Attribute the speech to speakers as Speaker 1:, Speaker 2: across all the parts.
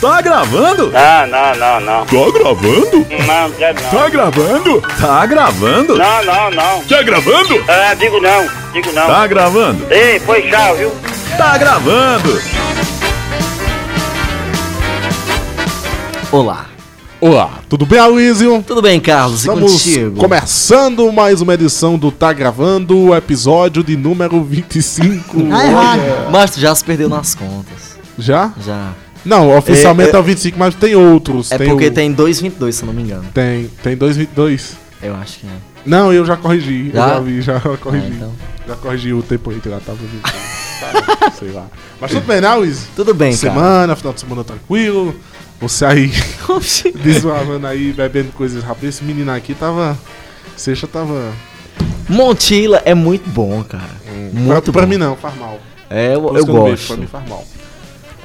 Speaker 1: Tá gravando?
Speaker 2: Não, Ah, não, não, não.
Speaker 1: Tá gravando?
Speaker 2: Não, não quero não.
Speaker 1: Tá gravando? Tá gravando?
Speaker 2: Não, não, não.
Speaker 1: Tá gravando?
Speaker 2: Ah, digo não, digo não.
Speaker 1: Tá gravando?
Speaker 2: Ei, foi tchau, viu?
Speaker 1: Tá gravando!
Speaker 3: Olá.
Speaker 4: Olá, tudo bem, Aloysio?
Speaker 3: Tudo bem, Carlos? E
Speaker 4: Estamos
Speaker 3: contigo?
Speaker 4: começando mais uma edição do Tá Gravando, o episódio de número 25.
Speaker 3: Tá errado. Mas tu já se perdeu nas contas.
Speaker 4: Já?
Speaker 3: Já.
Speaker 4: Não, oficialmente é, o 25, mas tem outros.
Speaker 3: É porque
Speaker 4: o-
Speaker 3: tem 2,22, se eu não me engano.
Speaker 4: Tem, tem 222.
Speaker 3: Eu acho que é.
Speaker 4: Não, eu já corrigi.
Speaker 3: Já?
Speaker 4: Eu já vi, já corrigi.
Speaker 3: Ah, então.
Speaker 4: Já corrigi o tempo aí que lá tava. Tá, sei lá. Mas tudo bem, né, Luiz?
Speaker 3: Tudo bem,
Speaker 4: Semana, final de semana tranquilo. Você aí
Speaker 3: cara. Oxi.
Speaker 4: desmarrando aí, bebendo coisas rápidas. Esse menino aqui tava. Sexta tava.
Speaker 3: Montila é muito bom, cara. Muito
Speaker 4: pra, pra
Speaker 3: bom.
Speaker 4: mim não, faz mal.
Speaker 3: É, eu, eu
Speaker 4: Por isso que não beijo,
Speaker 3: gosto.
Speaker 4: pra mim faz mal.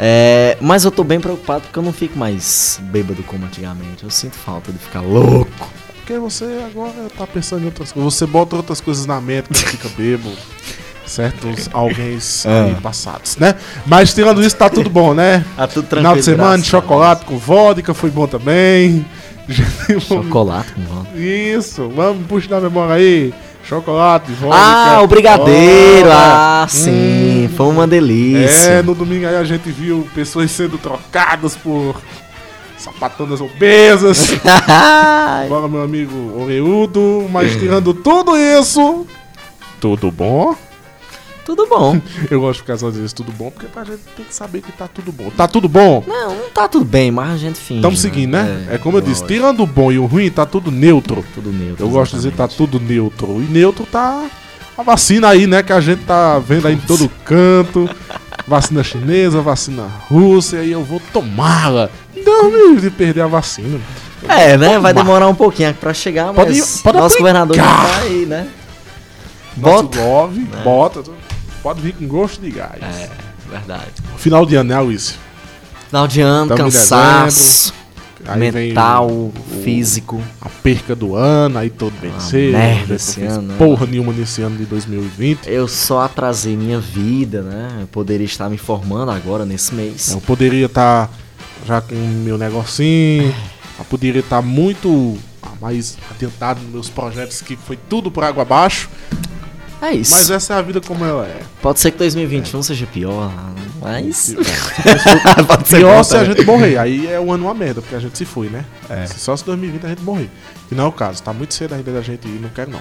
Speaker 3: É, mas eu tô bem preocupado porque eu não fico mais bêbado como antigamente. Eu sinto falta de ficar louco.
Speaker 4: Porque você agora tá pensando em outras coisas. Você bota outras coisas na mente quando fica bêbado. Certos alguém
Speaker 3: É.
Speaker 4: aí passados, né? Mas tirando isso, tá tudo bom, né?
Speaker 3: Ah, tudo
Speaker 4: Final de semana,
Speaker 3: graças
Speaker 4: chocolate com vodka, foi bom também. Já
Speaker 3: a
Speaker 4: teve
Speaker 3: Deus.
Speaker 4: um-
Speaker 3: Chocolate com vodka.
Speaker 4: Isso, vamos puxar na memória aí. Chocolate, vodka.
Speaker 3: Ah, o brigadeiro.
Speaker 4: Ora.
Speaker 3: Ah, sim. Foi uma delícia.
Speaker 4: Hum. É, no domingo aí a gente viu pessoas sendo trocadas por sapatonas obesas. Agora, meu amigo Oreudo, mas tirando tudo isso. Tudo bom?
Speaker 3: Tudo bom.
Speaker 4: Eu gosto de ficar só dizendo tudo bom, porque pra gente tem que saber que tá tudo bom. Tá tudo bom?
Speaker 3: Não, não tá tudo bem, mas a gente finge.
Speaker 4: Estamos seguindo, né? É, como eu disse,
Speaker 3: lógico.
Speaker 4: tirando o bom e o ruim, tá tudo neutro.
Speaker 3: Tudo neutro.
Speaker 4: Eu gosto de dizer tá tudo neutro. E neutro tá a vacina aí, né? Que a gente tá vendo aí em todo canto. Vacina chinesa, vacina russa, e aí eu vou tomá-la. Não, meu, de perder a vacina.
Speaker 3: É, né? Vai demorar um pouquinho pra chegar, mas
Speaker 4: Pode ir- pode
Speaker 3: nosso
Speaker 4: aplicar.
Speaker 3: governador já tá aí, né?
Speaker 4: Nosso
Speaker 3: Bota.
Speaker 4: Love, né? É. bota. Pode vir com gosto de gás.
Speaker 3: É, Verdade.
Speaker 4: Final de ano, né, Luiz?
Speaker 3: Final de ano,
Speaker 4: Tamo em
Speaker 3: cansaço,
Speaker 4: Aí vem
Speaker 3: mental,
Speaker 4: o-
Speaker 3: físico.
Speaker 4: A perca do ano, aí todo bem
Speaker 3: merda
Speaker 4: gente,
Speaker 3: esse
Speaker 4: não fez
Speaker 3: ano, né?
Speaker 4: Porra nenhuma nesse ano de 2020.
Speaker 3: Eu só atrasei minha vida, né? Eu poderia estar me formando agora nesse mês.
Speaker 4: Eu poderia estar já com meu negocinho,
Speaker 3: É.
Speaker 4: eu poderia estar muito ah, mais adiantado nos meus projetos, que foi tudo por água abaixo,
Speaker 3: É isso.
Speaker 4: mas essa é a vida como ela é.
Speaker 3: Pode ser que 2021 seja pior, mas. Pode
Speaker 4: Pior
Speaker 3: bom
Speaker 4: se a
Speaker 3: também.
Speaker 4: gente morrer, aí é um ano uma merda, porque a gente se foi, né?
Speaker 3: É.
Speaker 4: Se Só se 2020 a gente morrer. Que não é o caso, tá muito cedo ainda da gente ir, não quero não.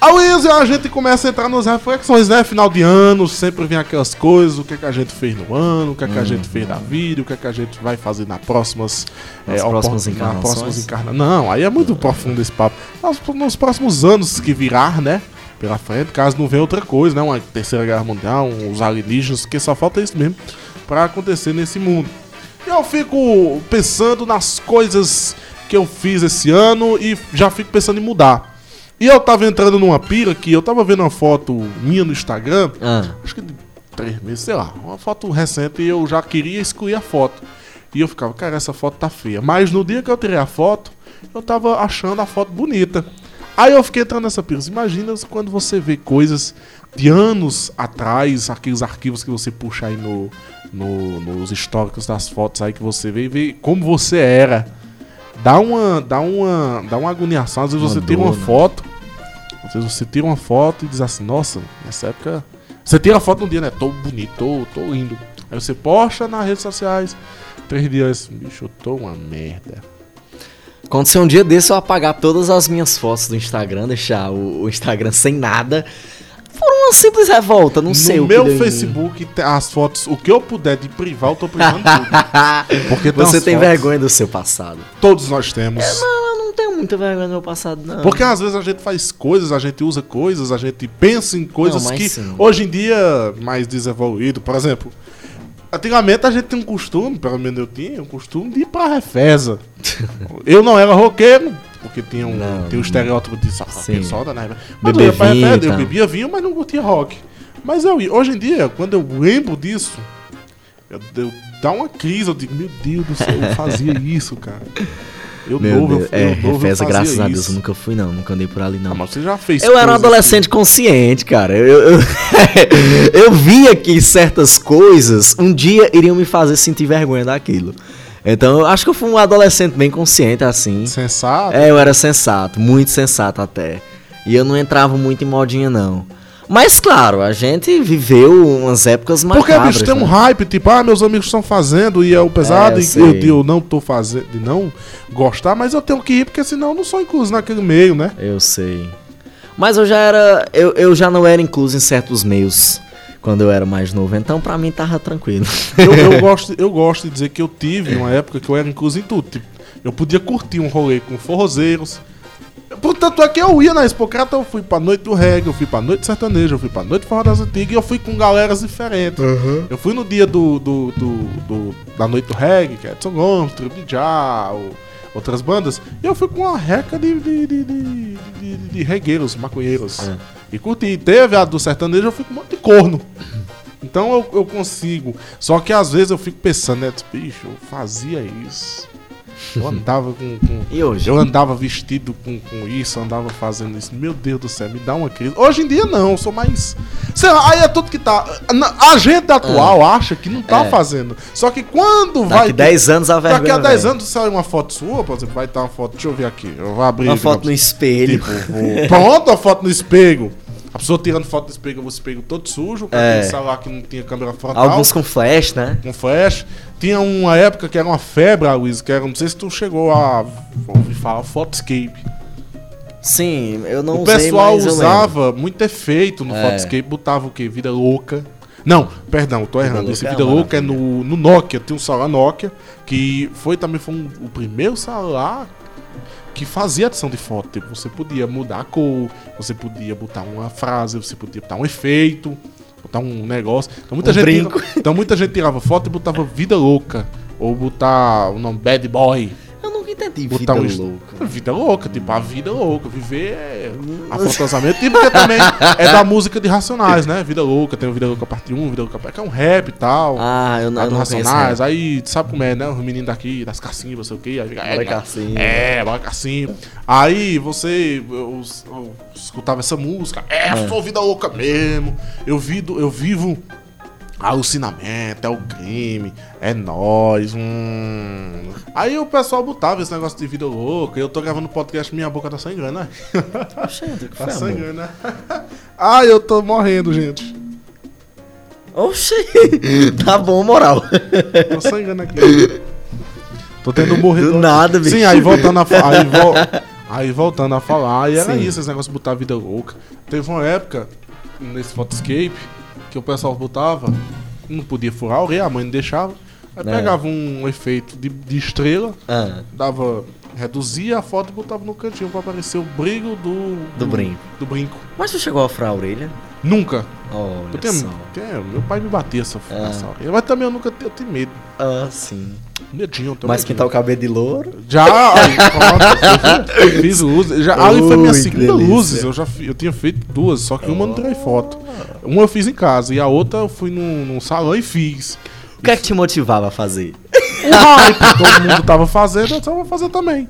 Speaker 4: A Wiz, a gente começa a entrar nas reflexões, né? Final de ano, sempre vem aquelas coisas, o que é que a gente fez no ano, o que é
Speaker 3: Uhum.
Speaker 4: que a gente fez na vida, o que é que a gente vai fazer nas próximas...
Speaker 3: Nas
Speaker 4: opor-
Speaker 3: próximas
Speaker 4: nas
Speaker 3: encarnações?
Speaker 4: próximas encarna- Não, aí é muito profundo esse papo. Nas- nos próximos anos que virar, né? Pela frente, caso não venha outra coisa, né? Uma terceira guerra mundial, uns alienígenas, que só falta isso mesmo pra acontecer nesse mundo. Eu fico pensando nas coisas que eu fiz esse ano e já fico pensando em mudar. E eu tava entrando numa pira que eu tava vendo uma foto minha no Instagram,
Speaker 3: Ah,
Speaker 4: acho que de três meses, sei lá, uma foto recente e eu já queria excluir a foto. E eu ficava, cara, essa foto tá feia. Mas no dia que eu tirei a foto, eu tava achando a foto bonita. Aí eu fiquei entrando nessa pira. Imagina quando você vê coisas de anos atrás, aqueles arquivos que você puxa aí no, no- nos históricos das fotos aí que você vê e vê como você era. Dá uma, dá uma, dá uma agoniação. Às vezes
Speaker 3: Uma
Speaker 4: você tira uma
Speaker 3: dor, né?
Speaker 4: foto às vezes você tira uma foto e diz assim, nossa, nessa época. Você tira a foto um dia, né? Tô bonito, tô, tô lindo. Aí você posta nas redes sociais. Três dias, bicho, eu tô uma merda.
Speaker 3: aconteceu um dia desse eu apagar todas as minhas fotos do Instagram, deixar o, o Instagram sem nada. Foram uma simples revolta, não sei
Speaker 4: no
Speaker 3: o que
Speaker 4: meu
Speaker 3: deu em mim.
Speaker 4: Facebook, tem as fotos, o que eu puder de privar, eu tô privando tudo. Porque tem
Speaker 3: Você
Speaker 4: umas
Speaker 3: tem
Speaker 4: fotos-
Speaker 3: vergonha do seu passado.
Speaker 4: Todos nós temos.
Speaker 3: Eu não tenho muita vergonha do meu passado, não.
Speaker 4: Porque às vezes a gente faz coisas, a gente usa coisas, a gente pensa em coisas
Speaker 3: Não, mas
Speaker 4: que
Speaker 3: sim.
Speaker 4: hoje em dia mais desenvolvido, por exemplo. Antigamente a gente tem um costume, pelo menos eu tinha, um costume de ir pra refeza. eu não era roqueiro, porque tinha um,
Speaker 3: Não,
Speaker 4: tinha um estereótipo de só
Speaker 3: Sim.
Speaker 4: roqueiro só, né? Mas eu
Speaker 3: Beber
Speaker 4: ia pra
Speaker 3: vinho e
Speaker 4: refeza, eu
Speaker 3: tal.
Speaker 4: bebia vinho, mas não curtia rock. Mas eu, ia. hoje em dia, quando eu lembro disso, eu, eu dá uma crise, eu digo, meu Deus do céu, eu fazia isso, cara. Eu
Speaker 3: Meu
Speaker 4: novo,
Speaker 3: Deus,
Speaker 4: eu,
Speaker 3: é,
Speaker 4: eu novo, eu
Speaker 3: refeza,
Speaker 4: fazia
Speaker 3: graças a Deus,
Speaker 4: isso.
Speaker 3: eu nunca fui, não. Nunca andei por ali, não.
Speaker 4: Ah, mas você já fez
Speaker 3: Eu era um
Speaker 4: coisas assim.
Speaker 3: adolescente consciente, cara. Eu, eu, eu via que certas coisas um dia iriam me fazer sentir vergonha daquilo. Então, eu acho que eu fui um adolescente bem consciente, assim.
Speaker 4: Sensato.
Speaker 3: É, eu era sensato, muito sensato até. E eu não entrava muito em modinha, não. Mas, claro, a gente viveu umas épocas né? mais
Speaker 4: Porque, bicho, tem um hype, tipo, ah, meus amigos estão fazendo e é o pesado,
Speaker 3: É, eu
Speaker 4: e eu,
Speaker 3: sei.
Speaker 4: eu não tô fazendo, de não gostar, mas eu tenho que ir, porque senão eu não sou incluso naquele meio, né?
Speaker 3: Eu sei. Mas eu já era. Eu, eu já não era incluso em certos meios quando eu era mais novo. Então, pra mim, tava tranquilo.
Speaker 4: Eu, eu gosto, eu gosto de dizer que eu tive uma época que eu era incluso em tudo. Tipo, eu podia curtir um rolê com forrozeiros. Portanto, é que eu ia na Expocrata, eu fui pra noite do reggae, eu fui pra noite sertaneja, eu fui pra noite forró das antigas e eu fui com galeras diferentes. Eu fui no dia do, do, do- do- da noite do reggae, que é Edson Gomes, Tribo de Já, o- outras bandas, e eu fui com uma reca de, de, de, de, de- de regueiros, maconheiros. E curti. Teve a do sertanejo, eu fui com um monte de corno. Então eu, eu consigo. Só que às vezes eu fico pensando, né? tipo, Bicho, eu fazia isso. Eu andava com. com-
Speaker 3: E hoje?
Speaker 4: Eu andava vestido com, com isso, andava fazendo isso. Meu Deus do céu, me dá uma crise. Hoje em dia não, eu sou mais. Sei lá, aí é tudo que tá. na- A gente atual acha que não tá
Speaker 3: É.
Speaker 4: fazendo. Só que quando vai.
Speaker 3: Daqui 10 Tá anos a vergonha.
Speaker 4: Daqui a 10
Speaker 3: vem.
Speaker 4: anos sai uma foto sua, por exemplo, vai estar uma foto. Deixa eu ver aqui. Eu vou abrir
Speaker 3: Uma
Speaker 4: aqui
Speaker 3: foto
Speaker 4: pra-
Speaker 3: no espelho.
Speaker 4: Tipo, vou- pronto, a foto no espelho. A pessoa tirando foto do espelho, o espelho todo sujo, com
Speaker 3: É.
Speaker 4: aquele celular que não tinha câmera frontal,
Speaker 3: Alguns com flash, né?
Speaker 4: com um flash. Tinha uma época que era uma febre, Luiz, que era, não sei se tu chegou a ouvir falar, Photoscape.
Speaker 3: Sim, eu não
Speaker 4: o
Speaker 3: usei,
Speaker 4: pessoal
Speaker 3: mas eu lembro.
Speaker 4: usava muito efeito no
Speaker 3: É.
Speaker 4: Photoscape, botava o quê? Vida louca. Não, perdão, tô errando.
Speaker 3: Louca
Speaker 4: Esse
Speaker 3: é
Speaker 4: Vida
Speaker 3: uma
Speaker 4: Louca é no, no Nokia, tem um celular Nokia, que foi também foi um- o primeiro celular que fazia adição de foto. Tipo, você podia mudar a cor, você podia botar uma frase, você podia botar um efeito, botar um negócio. Então muita,
Speaker 3: Um
Speaker 4: gente,
Speaker 3: brinco.
Speaker 4: tira- então muita gente tirava foto e botava Vida Louca. Ou botar o nome Bad Boy.
Speaker 3: Eu nunca entendi. Vida
Speaker 4: Botar um est-
Speaker 3: louca.
Speaker 4: Vida louca, tipo, a vida louca, viver é afrontosamente. E porque também é da música de Racionais, né? Vida louca, tem o Vida Louca Parte 1, Vida Louca Parte que é um rap e tal.
Speaker 3: Ah, eu, não-
Speaker 4: a
Speaker 3: eu
Speaker 4: do
Speaker 3: não conheço. né?
Speaker 4: Racionais, aí tu sabe como é, né? Os meninos daqui, das cassinhas, não sei o que. Aí fica, é,
Speaker 3: Bora
Speaker 4: né?
Speaker 3: Cassinha.
Speaker 4: É, bora cassinha. Aí você eu, eu escutava essa música, é, sou vida louca mesmo. Eu, vido, eu vivo alucinamento, é o crime, é nós. Hum. Aí o pessoal botava esse negócio de vida louca. Eu tô gravando podcast, minha boca tá sangrando, né?
Speaker 3: Oxente, o que
Speaker 4: Tá
Speaker 3: foi, amor?
Speaker 4: sangrando, né? Ai, eu tô morrendo, gente.
Speaker 3: Oxi, tá bom, moral.
Speaker 4: Tô sangrando aqui. Tô tendo um
Speaker 3: Do
Speaker 4: morredor.
Speaker 3: nada, bicho.
Speaker 4: Sim, aí voltando a falar. Aí, vol- aí voltando a falar, aí era
Speaker 3: Sim.
Speaker 4: isso, esse negócio de botar a vida louca. Teve uma época nesse Photoscape que o pessoal botava, não podia furar a orelha, a mãe não deixava. Aí
Speaker 3: É.
Speaker 4: pegava um efeito de, de estrela,
Speaker 3: Ah,
Speaker 4: dava. reduzia a foto e botava no cantinho pra aparecer o brilho do.
Speaker 3: Do brinco.
Speaker 4: Do brinco.
Speaker 3: mas tu chegou a furar a orelha?
Speaker 4: Nunca.
Speaker 3: Olha
Speaker 4: Eu tenho, um-
Speaker 3: só.
Speaker 4: tenho- meu pai me batia essa,
Speaker 3: É.
Speaker 4: essa orelha. Mas também eu nunca te- eu tenho medo.
Speaker 3: Ah, sim.
Speaker 4: Medinho, eu tenho
Speaker 3: Mas
Speaker 4: medinho.
Speaker 3: pintar o cabelo de louro?
Speaker 4: Já, aí, pronto, eu fiz- fiz luzes. Já, ali foi minha
Speaker 3: Ui, que
Speaker 4: segunda
Speaker 3: delícia.
Speaker 4: luzes. Eu já fi- eu tinha feito duas, só que uma eu não tirei foto. Uma eu fiz em casa e a outra eu fui num, num salão e fiz.
Speaker 3: O que é que te motivava a fazer?
Speaker 4: O hype todo mundo tava fazendo, eu só vou fazer também.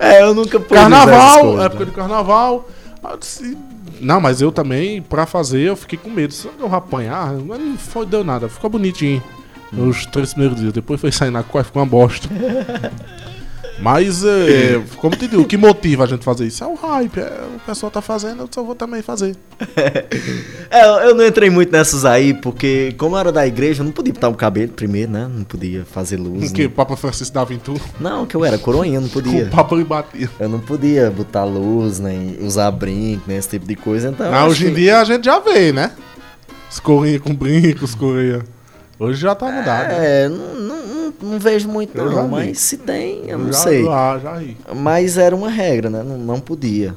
Speaker 3: É, eu nunca pude É
Speaker 4: Carnaval, é
Speaker 3: né?
Speaker 4: época de carnaval. Aí eu disse, Não, mas eu também, pra fazer, eu fiquei com medo. Será que eu vou apanhar? Mas não foi, deu nada, ficou bonitinho. Os três primeiros dias, depois foi sair na qual ficou uma bosta. Mas, é, como te digo, o que motiva a gente fazer isso? É o hype, é, o pessoal tá fazendo, eu só vou também fazer.
Speaker 3: É, eu- eu não entrei muito nessas aí, porque como eu era da igreja, eu não podia pintar o cabelo primeiro, né? Não podia fazer luz.
Speaker 4: Que
Speaker 3: né?
Speaker 4: o Papa Francisco dava em tudo,
Speaker 3: Não, que eu era coroinha, eu não
Speaker 4: com Uhum. o
Speaker 3: podia.
Speaker 4: Papa lhe batia.
Speaker 3: Eu não podia botar luz, nem usar brinco, nem esse tipo de coisa, então... eu
Speaker 4: Mas
Speaker 3: acho
Speaker 4: Ah, hoje em
Speaker 3: que-
Speaker 4: dia a gente já vê, né? Os corinha com brinco, os corinha. Hoje já tá mudado. né?
Speaker 3: É, não, não- não- não vejo muito
Speaker 4: Eu já
Speaker 3: não,
Speaker 4: vi.
Speaker 3: mas se tem, eu não
Speaker 4: já,
Speaker 3: sei.
Speaker 4: Já, já ri.
Speaker 3: Mas era uma regra, né? Não, não podia.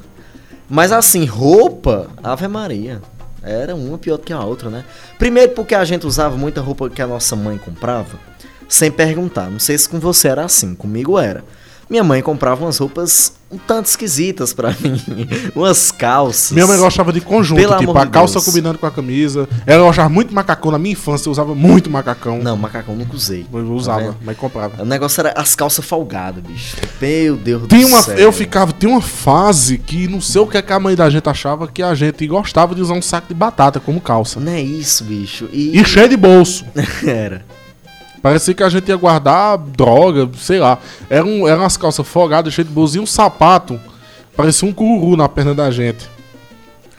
Speaker 3: Mas assim, roupa, Ave Maria. Era uma pior que a outra, né? Primeiro porque a gente usava muita roupa que a nossa mãe comprava, sem perguntar. Não sei se com você era assim, comigo era. Minha mãe comprava umas roupas um tanto esquisitas pra mim, umas calças.
Speaker 4: Minha mãe gostava de conjunto,
Speaker 3: Pelo
Speaker 4: tipo,
Speaker 3: amor
Speaker 4: a
Speaker 3: de
Speaker 4: calça
Speaker 3: Deus.
Speaker 4: combinando com a camisa. Ela gostava muito de macacão. Na minha infância eu usava muito macacão.
Speaker 3: Não, macacão nunca usei.
Speaker 4: Eu
Speaker 3: Tá
Speaker 4: usava,
Speaker 3: vendo?
Speaker 4: mas comprava.
Speaker 3: o negócio era as calças folgadas, bicho. Meu Deus
Speaker 4: Tem
Speaker 3: do
Speaker 4: uma,
Speaker 3: céu.
Speaker 4: eu ficava, tem uma fase que não sei o que, é que a mãe da gente achava que a gente gostava de usar um saco de batata como calça.
Speaker 3: Não é isso, bicho. E.
Speaker 4: E cheio de bolso.
Speaker 3: Era.
Speaker 4: Parecia que a gente ia guardar droga, sei lá. Era um, eram umas calças folgadas, cheio de bolsinha, um sapato. Parecia um cururu na perna da gente.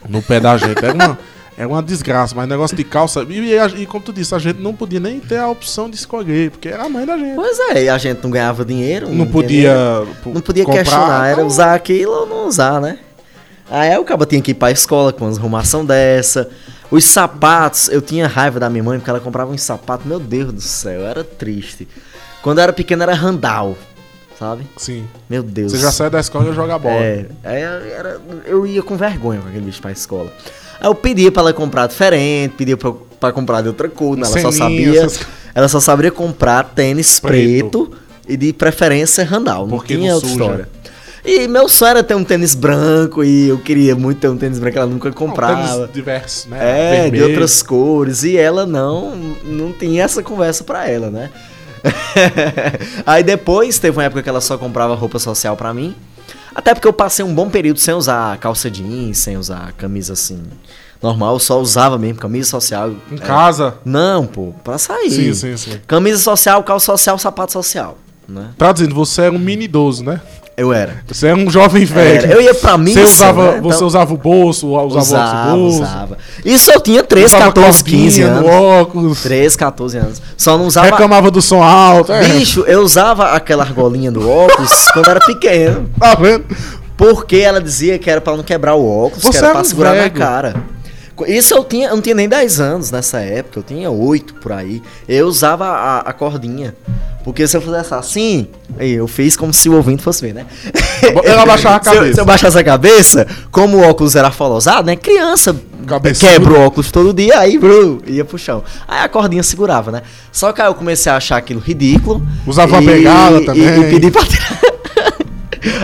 Speaker 4: No pé da gente. Era uma, era uma desgraça, mas negócio de calça. E, e a- e como tu disse, a gente não podia nem ter a opção de escolher, porque era a mãe da gente.
Speaker 3: Pois é, e a gente não ganhava dinheiro.
Speaker 4: Não
Speaker 3: tinha
Speaker 4: podia.
Speaker 3: dinheiro,
Speaker 4: pô,
Speaker 3: Hum, Não podia
Speaker 4: comprar,
Speaker 3: questionar, era um
Speaker 4: então,
Speaker 3: usar aquilo ou não usar, né? Aí o cara tinha que ir pra escola com uma arrumação dessa. Os sapatos, eu tinha raiva da minha mãe porque ela comprava uns sapatos, meu Deus do céu, era triste. Quando eu era pequeno era randal, sabe?
Speaker 4: Sim.
Speaker 3: Meu Deus.
Speaker 4: Você já sai da escola e já joga bola.
Speaker 3: É, aí era- eu ia com vergonha com aquele bicho pra escola. Aí eu pedia pra ela comprar diferente, pedia pra, pra comprar de outra cor, né? ela só
Speaker 4: Ceninho,
Speaker 3: sabia.
Speaker 4: essas-
Speaker 3: Ela só sabia comprar tênis
Speaker 4: Preto.
Speaker 3: preto, e de preferência Randall, não
Speaker 4: Porque
Speaker 3: tinha
Speaker 4: não
Speaker 3: outra
Speaker 4: suja.
Speaker 3: história. E meu sonho era ter um tênis branco e eu queria muito ter um tênis branco, ela nunca
Speaker 4: Não,
Speaker 3: comprava.
Speaker 4: tênis diversos, né?
Speaker 3: É, de
Speaker 4: Vermelho.
Speaker 3: outras cores. E ela não, não tinha essa conversa pra ela, né? Aí depois teve uma época que ela só comprava roupa social pra mim. Até porque eu passei um bom período sem usar calça jeans, sem usar camisa assim normal, eu só usava mesmo camisa social. É.
Speaker 4: Em casa.
Speaker 3: Não, pô, pra sair.
Speaker 4: Sim, sim, sim.
Speaker 3: Camisa social, calça social, sapato social, né?
Speaker 4: Traduzindo, você era um mini idoso, né?
Speaker 3: Eu era.
Speaker 4: Você era um jovem velho.
Speaker 3: Era. É, Eu ia pra missa,
Speaker 4: Você usava,
Speaker 3: né? Então-
Speaker 4: você usava o bolso, usava,
Speaker 3: Usava,
Speaker 4: o bolso.
Speaker 3: usava. Isso eu tinha 3,
Speaker 4: usava
Speaker 3: 14, 15
Speaker 4: cordinha no
Speaker 3: anos.
Speaker 4: né? óculos.
Speaker 3: 3, 14 anos. Só não usava
Speaker 4: Reclamava do som alto. é.
Speaker 3: Bicho, eu usava aquela argolinha do óculos quando era pequeno.
Speaker 4: Tá vendo?
Speaker 3: Porque ela dizia que era pra não quebrar o óculos,
Speaker 4: Você
Speaker 3: que era
Speaker 4: era
Speaker 3: pra
Speaker 4: um
Speaker 3: segurar
Speaker 4: velho.
Speaker 3: na cara. Co- Isso eu tinha, eu não tinha nem 10 anos nessa época, eu tinha 8 por aí. Eu usava a, a cordinha. Porque se eu fizesse assim, aí eu fiz como se o ouvinte fosse ver, né?
Speaker 4: Ela abaixava a
Speaker 3: Se eu- Se eu,
Speaker 4: cabeça.
Speaker 3: baixasse a cabeça, como o óculos era folosado, né? Criança
Speaker 4: Cabeçudo.
Speaker 3: quebra o óculos todo dia, aí, bru, ia pro chão. Aí a cordinha segurava, né? Só que aí eu comecei a achar aquilo ridículo.
Speaker 4: Usava uma bengala
Speaker 3: e-
Speaker 4: também.
Speaker 3: E, pedi pra tirar.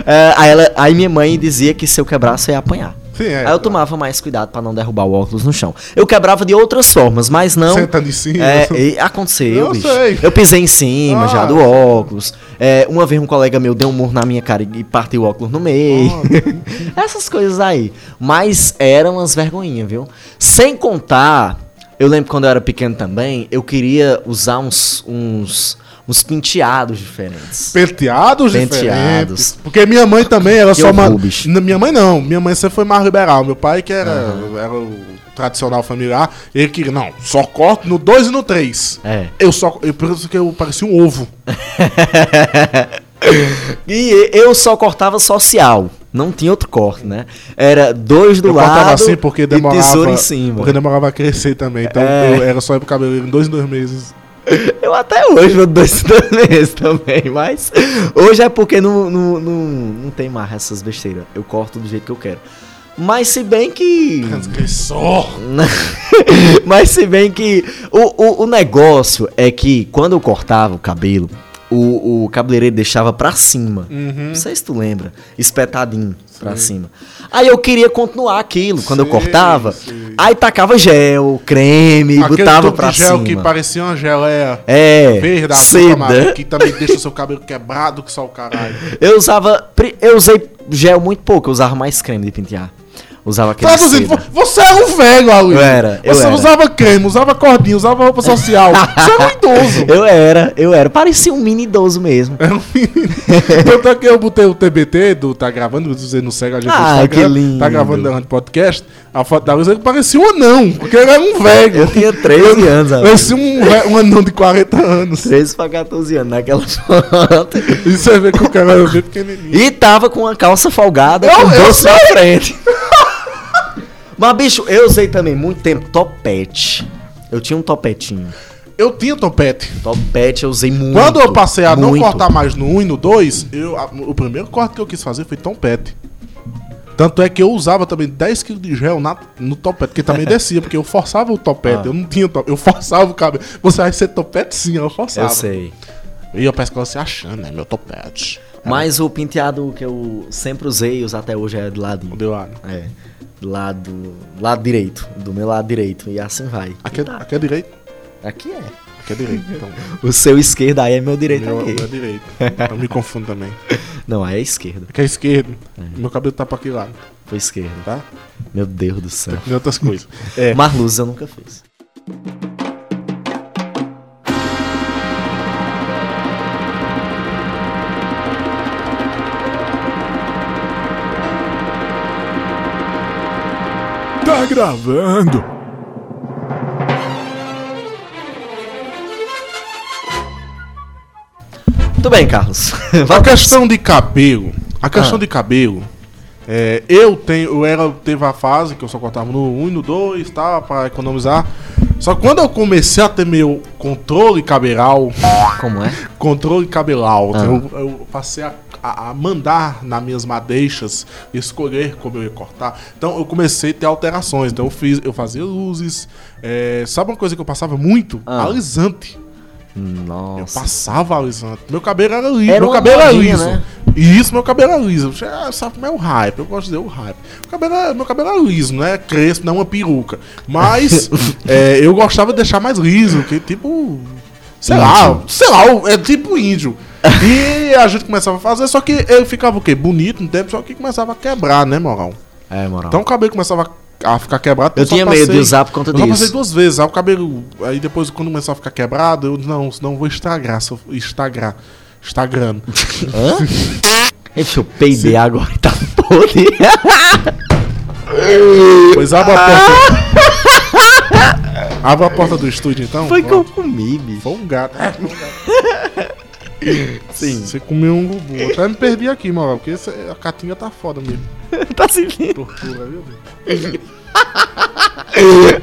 Speaker 3: É, aí, ela- aí minha mãe dizia que se eu quebrasse eu ia apanhar.
Speaker 4: Sim, é.
Speaker 3: aí eu tomava mais cuidado pra não derrubar o óculos no chão. Eu quebrava de outras formas, mas não.
Speaker 4: Sentando em cima.
Speaker 3: um. É, e aconteceu,
Speaker 4: Eu
Speaker 3: bicho.
Speaker 4: sei.
Speaker 3: Eu pisei em cima
Speaker 4: Ah.
Speaker 3: já do óculos. É, uma vez um colega meu deu um murro na minha cara e partiu o óculos no meio. Essas coisas aí. Mas eram as vergonhinhas, viu? Sem contar, eu lembro quando eu era pequeno também, eu queria usar uns, uns, uns penteados diferentes.
Speaker 4: Penteados,
Speaker 3: Penteados.
Speaker 4: diferentes. Porque minha mãe também, ela
Speaker 3: Que
Speaker 4: só. Man...
Speaker 3: horror, bicho.
Speaker 4: N- Minha mãe não. Minha mãe sempre foi mais liberal. Meu pai, que era, era o tradicional familiar, ele queria. Não, só corto no 2 e no 3.
Speaker 3: É.
Speaker 4: Eu só. Eu penso que eu parecia um ovo.
Speaker 3: E eu só cortava social. Não tinha outro corte, né? Era dois do
Speaker 4: eu
Speaker 3: lado
Speaker 4: cortava assim porque demorava.
Speaker 3: e tesoura em cima. É.
Speaker 4: Porque demorava a crescer também. Então eu era só ir pro cabelo em dois em dois meses.
Speaker 3: Eu até hoje vou dois meses também, mas hoje é porque não, não, não, não tem mais essas besteiras. Eu corto do jeito que eu quero. Mas se bem que.
Speaker 4: Transgressor!
Speaker 3: Mas se bem que. O, o, o negócio é que quando eu cortava o cabelo, o, o cabeleireiro deixava pra cima.
Speaker 4: Uhum.
Speaker 3: Não sei se tu lembra. Espetadinho pra cima. Aí eu queria continuar aquilo quando eu
Speaker 4: Sei,
Speaker 3: cortava.
Speaker 4: sei.
Speaker 3: Aí tacava gel, creme, botava
Speaker 4: topo
Speaker 3: pra
Speaker 4: de gel
Speaker 3: cima.
Speaker 4: que parecia uma geleia.
Speaker 3: É,
Speaker 4: Verde,
Speaker 3: seda.
Speaker 4: amarela, que também deixa o seu cabelo quebrado que só o caralho.
Speaker 3: Eu usava. pri- Eu usei gel muito pouco, eu usava mais creme de pentear. Usava aquele.
Speaker 4: Traduzindo,
Speaker 3: seda.
Speaker 4: vo- Tá, você é um velho, Aloysio.
Speaker 3: Eu era, eu
Speaker 4: Você
Speaker 3: era.
Speaker 4: usava creme, usava cordinha, usava roupa social. você era um idoso.
Speaker 3: Eu era, eu era. Parecia um mini idoso mesmo.
Speaker 4: Era um menino. Tanto é que eu botei o TBT do Tá Gravando, você não segue a gente
Speaker 3: Ah,
Speaker 4: no Instagram.
Speaker 3: que lindo.
Speaker 4: Tá Gravando durante podcast. A foto da Luísa que parecia um anão, porque ele era um velho.
Speaker 3: Eu tinha 13 anos, amigo.
Speaker 4: Parecia um, ve- um anão de 40 anos.
Speaker 3: 13 pra 14 anos naquela foto.
Speaker 4: E você vê que o cara era bem pequenininho.
Speaker 3: E tava com uma calça folgada,
Speaker 4: Eu-
Speaker 3: com o
Speaker 4: eu
Speaker 3: bolso na frente. Mas, bicho, eu usei também muito tempo topete. Eu tinha um topetinho.
Speaker 4: Eu tinha topete.
Speaker 3: Topete eu usei muito.
Speaker 4: Quando eu passei a não
Speaker 3: muito.
Speaker 4: cortar mais no 1 e no 2, eu, a- o primeiro corte que eu quis fazer foi topete. Tanto é que eu usava também 10kg de gel na- no topete, que também descia, porque eu forçava o topete, eu não tinha topete, eu forçava o cabelo. Você vai ser topete sim, eu forçava.
Speaker 3: Eu sei.
Speaker 4: E eu peço que você achando, né? Meu topete.
Speaker 3: Mas o penteado que eu sempre usei e uso até hoje é do ladinho.
Speaker 4: Deu ar.
Speaker 3: É. Lado. Lado direito. Do meu lado direito. E assim vai.
Speaker 4: Aqui, é- aqui é direito?
Speaker 3: Aqui é.
Speaker 4: Aqui é direito. Então,
Speaker 3: O seu esquerdo aí é meu direito
Speaker 4: meu,
Speaker 3: aqui.
Speaker 4: meu é direito. Eu me confundo também.
Speaker 3: Não, aí é esquerda.
Speaker 4: Aqui é esquerdo.
Speaker 3: Uhum.
Speaker 4: Meu cabelo tá pra aquele lado,
Speaker 3: Foi esquerda.
Speaker 4: tá?
Speaker 3: Meu Deus do céu.
Speaker 4: E outras coisas.
Speaker 3: Marluz eu nunca fiz.
Speaker 1: Tá gravando.
Speaker 3: Muito bem, Carlos.
Speaker 4: A
Speaker 3: Vai
Speaker 4: questão de cabelo. A questão
Speaker 3: Ah.
Speaker 4: de cabelo. é, eu tenho. Eu era, teve a fase que eu só cortava no 1 e no 2, tá? Pra economizar. Só que quando eu comecei a ter meu controle caberal,
Speaker 3: Como é?
Speaker 4: controle cabelau,
Speaker 3: Ah.
Speaker 4: eu, eu passei a, a- a mandar nas minhas madeixas, escolher como eu ia cortar. Então eu comecei a ter alterações. Então eu fiz, eu fazia luzes. é, sabe uma coisa que eu passava muito?
Speaker 3: Ah.
Speaker 4: Alisante. Eu
Speaker 3: Nossa.
Speaker 4: passava alisante. Meu cabelo era liso.
Speaker 3: Era
Speaker 4: meu
Speaker 3: uma
Speaker 4: cabelo era
Speaker 3: modinha,
Speaker 4: liso.
Speaker 3: né?
Speaker 4: E isso, meu cabelo era liso. Ah, Sabe como é o hype? Eu gosto de dizer o hype. O cabelo era- meu cabelo era liso, né? Crespo, não uma peruca. Mas é, eu gostava de deixar mais liso, que tipo. Sei lá,
Speaker 3: Índio.
Speaker 4: sei lá, é tipo índio. E a gente começava a fazer, só que ele ficava o quê? Bonito no tempo, só que começava a quebrar, né, moral?
Speaker 3: É, moral.
Speaker 4: Então o cabelo começava a ficar quebrado.
Speaker 3: Eu
Speaker 4: só
Speaker 3: tinha medo de usar por conta
Speaker 4: eu só passei
Speaker 3: disso.
Speaker 4: duas vezes. Aí o cabelo. Aí depois, quando começou a ficar quebrado, eu não, senão eu vou estragar. Se eu estragar. Instagram.
Speaker 3: Deixa eu peidei agora, tá podre.
Speaker 4: Pois abre a porta. abre a porta do estúdio então.
Speaker 3: Foi que eu
Speaker 4: Pronto.
Speaker 3: comi, bicho.
Speaker 4: Foi um gato. Sim. Você comeu um gugu. Eu Até me perdi aqui, mano, porque esse- a catinha tá foda mesmo.
Speaker 3: tá sentindo?
Speaker 4: Tortura, viu? bicho?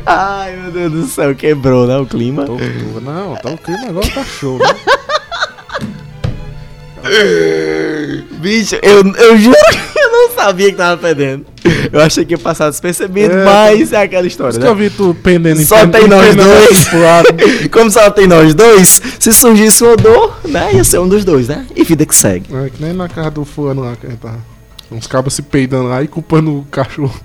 Speaker 3: Ai, meu Deus do céu, quebrou, né, o clima.
Speaker 4: Tortura. Não, tá o clima agora tá show, né?
Speaker 3: Bicho, eu, eu juro que eu não sabia que tava perdendo. Eu achei que ia passar despercebido,
Speaker 4: É,
Speaker 3: mas é aquela história,
Speaker 4: Por isso que eu
Speaker 3: né?
Speaker 4: vi tu pendendo em
Speaker 3: Só
Speaker 4: pen-
Speaker 3: tem
Speaker 4: em
Speaker 3: nós
Speaker 4: penando
Speaker 3: dois.
Speaker 4: assim pro lado.
Speaker 3: Como só tem nós dois, se surgisse um odor, né, ia ser um dos dois, né? E vida que segue.
Speaker 4: É, que nem na casa do fulano lá que a gente tava. Uns cabos se peidando lá e culpando o cachorro.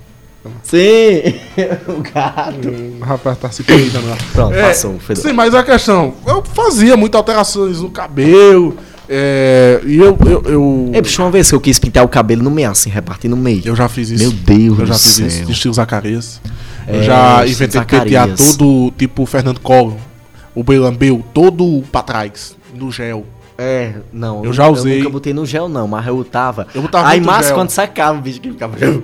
Speaker 3: Sim, o gato.
Speaker 4: O rapaz tá se peidando lá.
Speaker 3: Pronto,
Speaker 4: É,
Speaker 3: passou, foi
Speaker 4: Sim, mas a questão, eu fazia muitas alterações no cabelo. é, e eu. eu, eu...
Speaker 3: Ei, É, bicho, uma vez que eu quis pintar o cabelo no meio, assim, repartir no meio.
Speaker 4: Eu já fiz isso.
Speaker 3: Meu Deus
Speaker 4: Eu já
Speaker 3: do
Speaker 4: fiz
Speaker 3: céu.
Speaker 4: isso. Estilo Zacarias. eu
Speaker 3: É,
Speaker 4: já
Speaker 3: estilo
Speaker 4: inventei
Speaker 3: Zacarias.
Speaker 4: pentear todo, tipo o Fernando Collor, o Belambeu, todo pra trás, no gel.
Speaker 3: É, não.
Speaker 4: Eu já usei.
Speaker 3: Eu nunca botei no gel, não, mas eu tava.
Speaker 4: Eu botava
Speaker 3: Aí,
Speaker 4: muito
Speaker 3: massa,
Speaker 4: gel.
Speaker 3: quando sacava o bicho que ficava.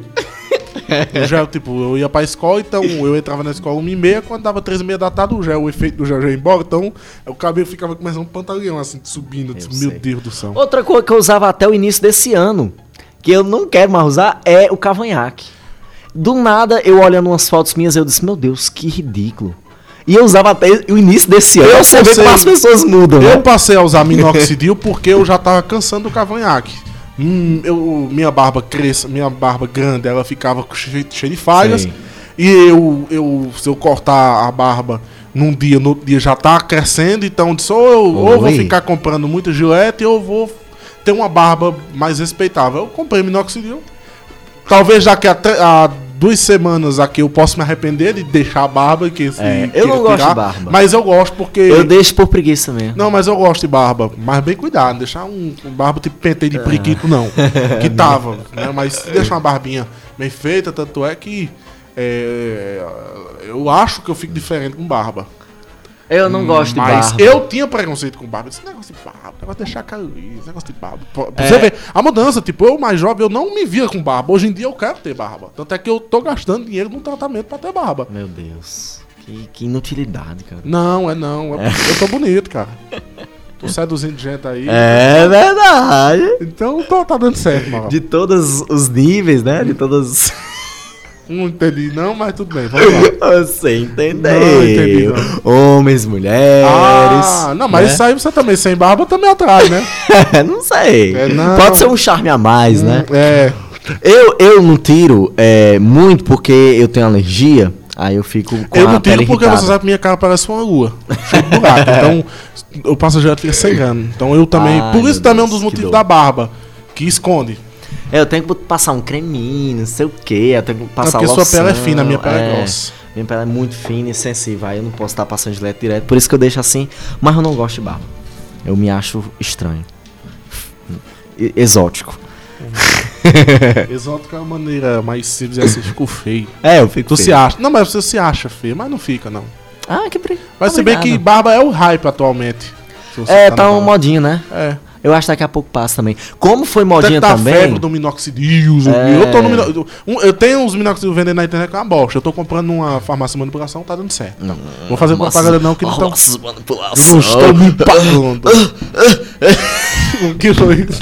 Speaker 4: O gel, tipo, eu ia pra escola, então eu entrava na escola 1 e meia, quando dava 3 e meia da tarde, o gel, o efeito do gel já ia embora, então o cabelo ficava começando um pantaleão, assim, subindo, eu disse,
Speaker 3: sei.
Speaker 4: meu Deus do céu.
Speaker 3: Outra coisa que eu usava até o início desse ano, que eu não quero mais usar, é o cavanhaque. Do nada, eu olhando umas fotos minhas, eu disse, meu Deus, que ridículo. E eu usava até o início desse ano.
Speaker 4: Eu
Speaker 3: Você vê
Speaker 4: sei.
Speaker 3: como as pessoas mudam,
Speaker 4: Eu
Speaker 3: né?
Speaker 4: passei a usar minoxidil porque eu já tava cansando do cavanhaque. Hum, eu, minha barba cresça, minha barba grande, ela ficava com che- cheia de falhas.
Speaker 3: Sim.
Speaker 4: E eu, eu, se eu cortar a barba num dia, no outro dia já tá crescendo, então eu disse, ou, eu, ou eu vou
Speaker 3: Oi.
Speaker 4: ficar comprando muita gilete ou eu vou ter uma barba mais respeitável. Eu comprei minoxidil. Talvez daqui a, tre- a duas semanas aqui eu possa me arrepender de deixar a barba que se
Speaker 3: É, eu
Speaker 4: queira
Speaker 3: não gosto de barba.
Speaker 4: Mas eu gosto porque
Speaker 3: Eu deixo por preguiça mesmo.
Speaker 4: não, mas eu gosto de barba. Mas bem cuidado, não deixar um, um barba tipo penteio
Speaker 3: É.
Speaker 4: de priquito, não. Que tava, né? Mas se deixar uma barbinha bem feita, tanto é que. é, eu acho que eu fico diferente com barba.
Speaker 3: Eu não gosto de
Speaker 4: mas
Speaker 3: barba.
Speaker 4: eu tinha preconceito com barba. Esse negócio de barba, negócio de deixar cair, esse negócio de barba. Pô, pra
Speaker 3: É.
Speaker 4: Você vê, a mudança, tipo, eu mais jovem, eu não me via com barba. Hoje em dia eu quero ter barba. Tanto é que eu tô gastando dinheiro num tratamento pra ter barba.
Speaker 3: Meu Deus, que, que inutilidade, cara.
Speaker 4: Não, é não. é- Eu tô bonito, cara. Tô seduzindo gente aí.
Speaker 3: É verdade.
Speaker 4: Então tá, tá dando certo, mano.
Speaker 3: De todos os níveis, né? De todas.
Speaker 4: Não entendi, não, mas tudo bem, vamos lá.
Speaker 3: Você
Speaker 4: Não, entendi,
Speaker 3: entendeu?
Speaker 4: não.
Speaker 3: Homens, mulheres.
Speaker 4: Ah, não, mas
Speaker 3: né?
Speaker 4: isso aí você também, sem barba, também atrai, né?
Speaker 3: É, não sei.
Speaker 4: É, não.
Speaker 3: Pode ser um charme a mais, né?
Speaker 4: É.
Speaker 3: Eu, eu não tiro é, muito porque eu tenho alergia, aí eu fico com
Speaker 4: eu
Speaker 3: a
Speaker 4: não
Speaker 3: pele
Speaker 4: tiro porque
Speaker 3: irritada.
Speaker 4: você sabe que minha cara parece uma lua. Cheio de buraco. então, o passageiro fica cegando. Então eu também.
Speaker 3: Ai,
Speaker 4: por
Speaker 3: meu
Speaker 4: isso também é um
Speaker 3: Deus,
Speaker 4: dos
Speaker 3: que
Speaker 4: motivos
Speaker 3: dor.
Speaker 4: da barba. Que esconde.
Speaker 3: É, Eu tenho que passar um creminho, não sei o quê, eu tenho que
Speaker 4: É
Speaker 3: passar
Speaker 4: porque sua
Speaker 3: loção,
Speaker 4: pele é fina, a minha pele é, grossa.
Speaker 3: Minha pele é muito fina e sensível, aí eu não posso estar passando gilete direto, por isso que eu deixo assim, mas eu não gosto de barba. Eu me acho estranho. E- Exótico.
Speaker 4: Exótica é uma maneira mais simples e assim, ficou feio.
Speaker 3: É, eu fico
Speaker 4: Tu se
Speaker 3: feio.
Speaker 4: acha. Não, mas você se acha feio, mas não fica, não.
Speaker 3: Ah, que bri...
Speaker 4: Mas se bem que
Speaker 3: Obrigado.
Speaker 4: barba é o hype atualmente. Se você
Speaker 3: É,
Speaker 4: na
Speaker 3: tá um
Speaker 4: barba.
Speaker 3: modinho, né?
Speaker 4: É.
Speaker 3: Eu acho que daqui a pouco passa também. Como foi
Speaker 4: Até
Speaker 3: modinha
Speaker 4: que tá a
Speaker 3: também. É.
Speaker 4: febre do minoxidil. zumbi. Eu, tô no mino- um- eu tenho uns minoxidil vendendo na internet que é uma bosta. Eu tô comprando numa farmácia de manipulação, tá dando certo. Não vou fazer propagada não, que não tá- tão...
Speaker 3: Nossa, manipulação.
Speaker 4: Não estou me pagando. o que foi isso?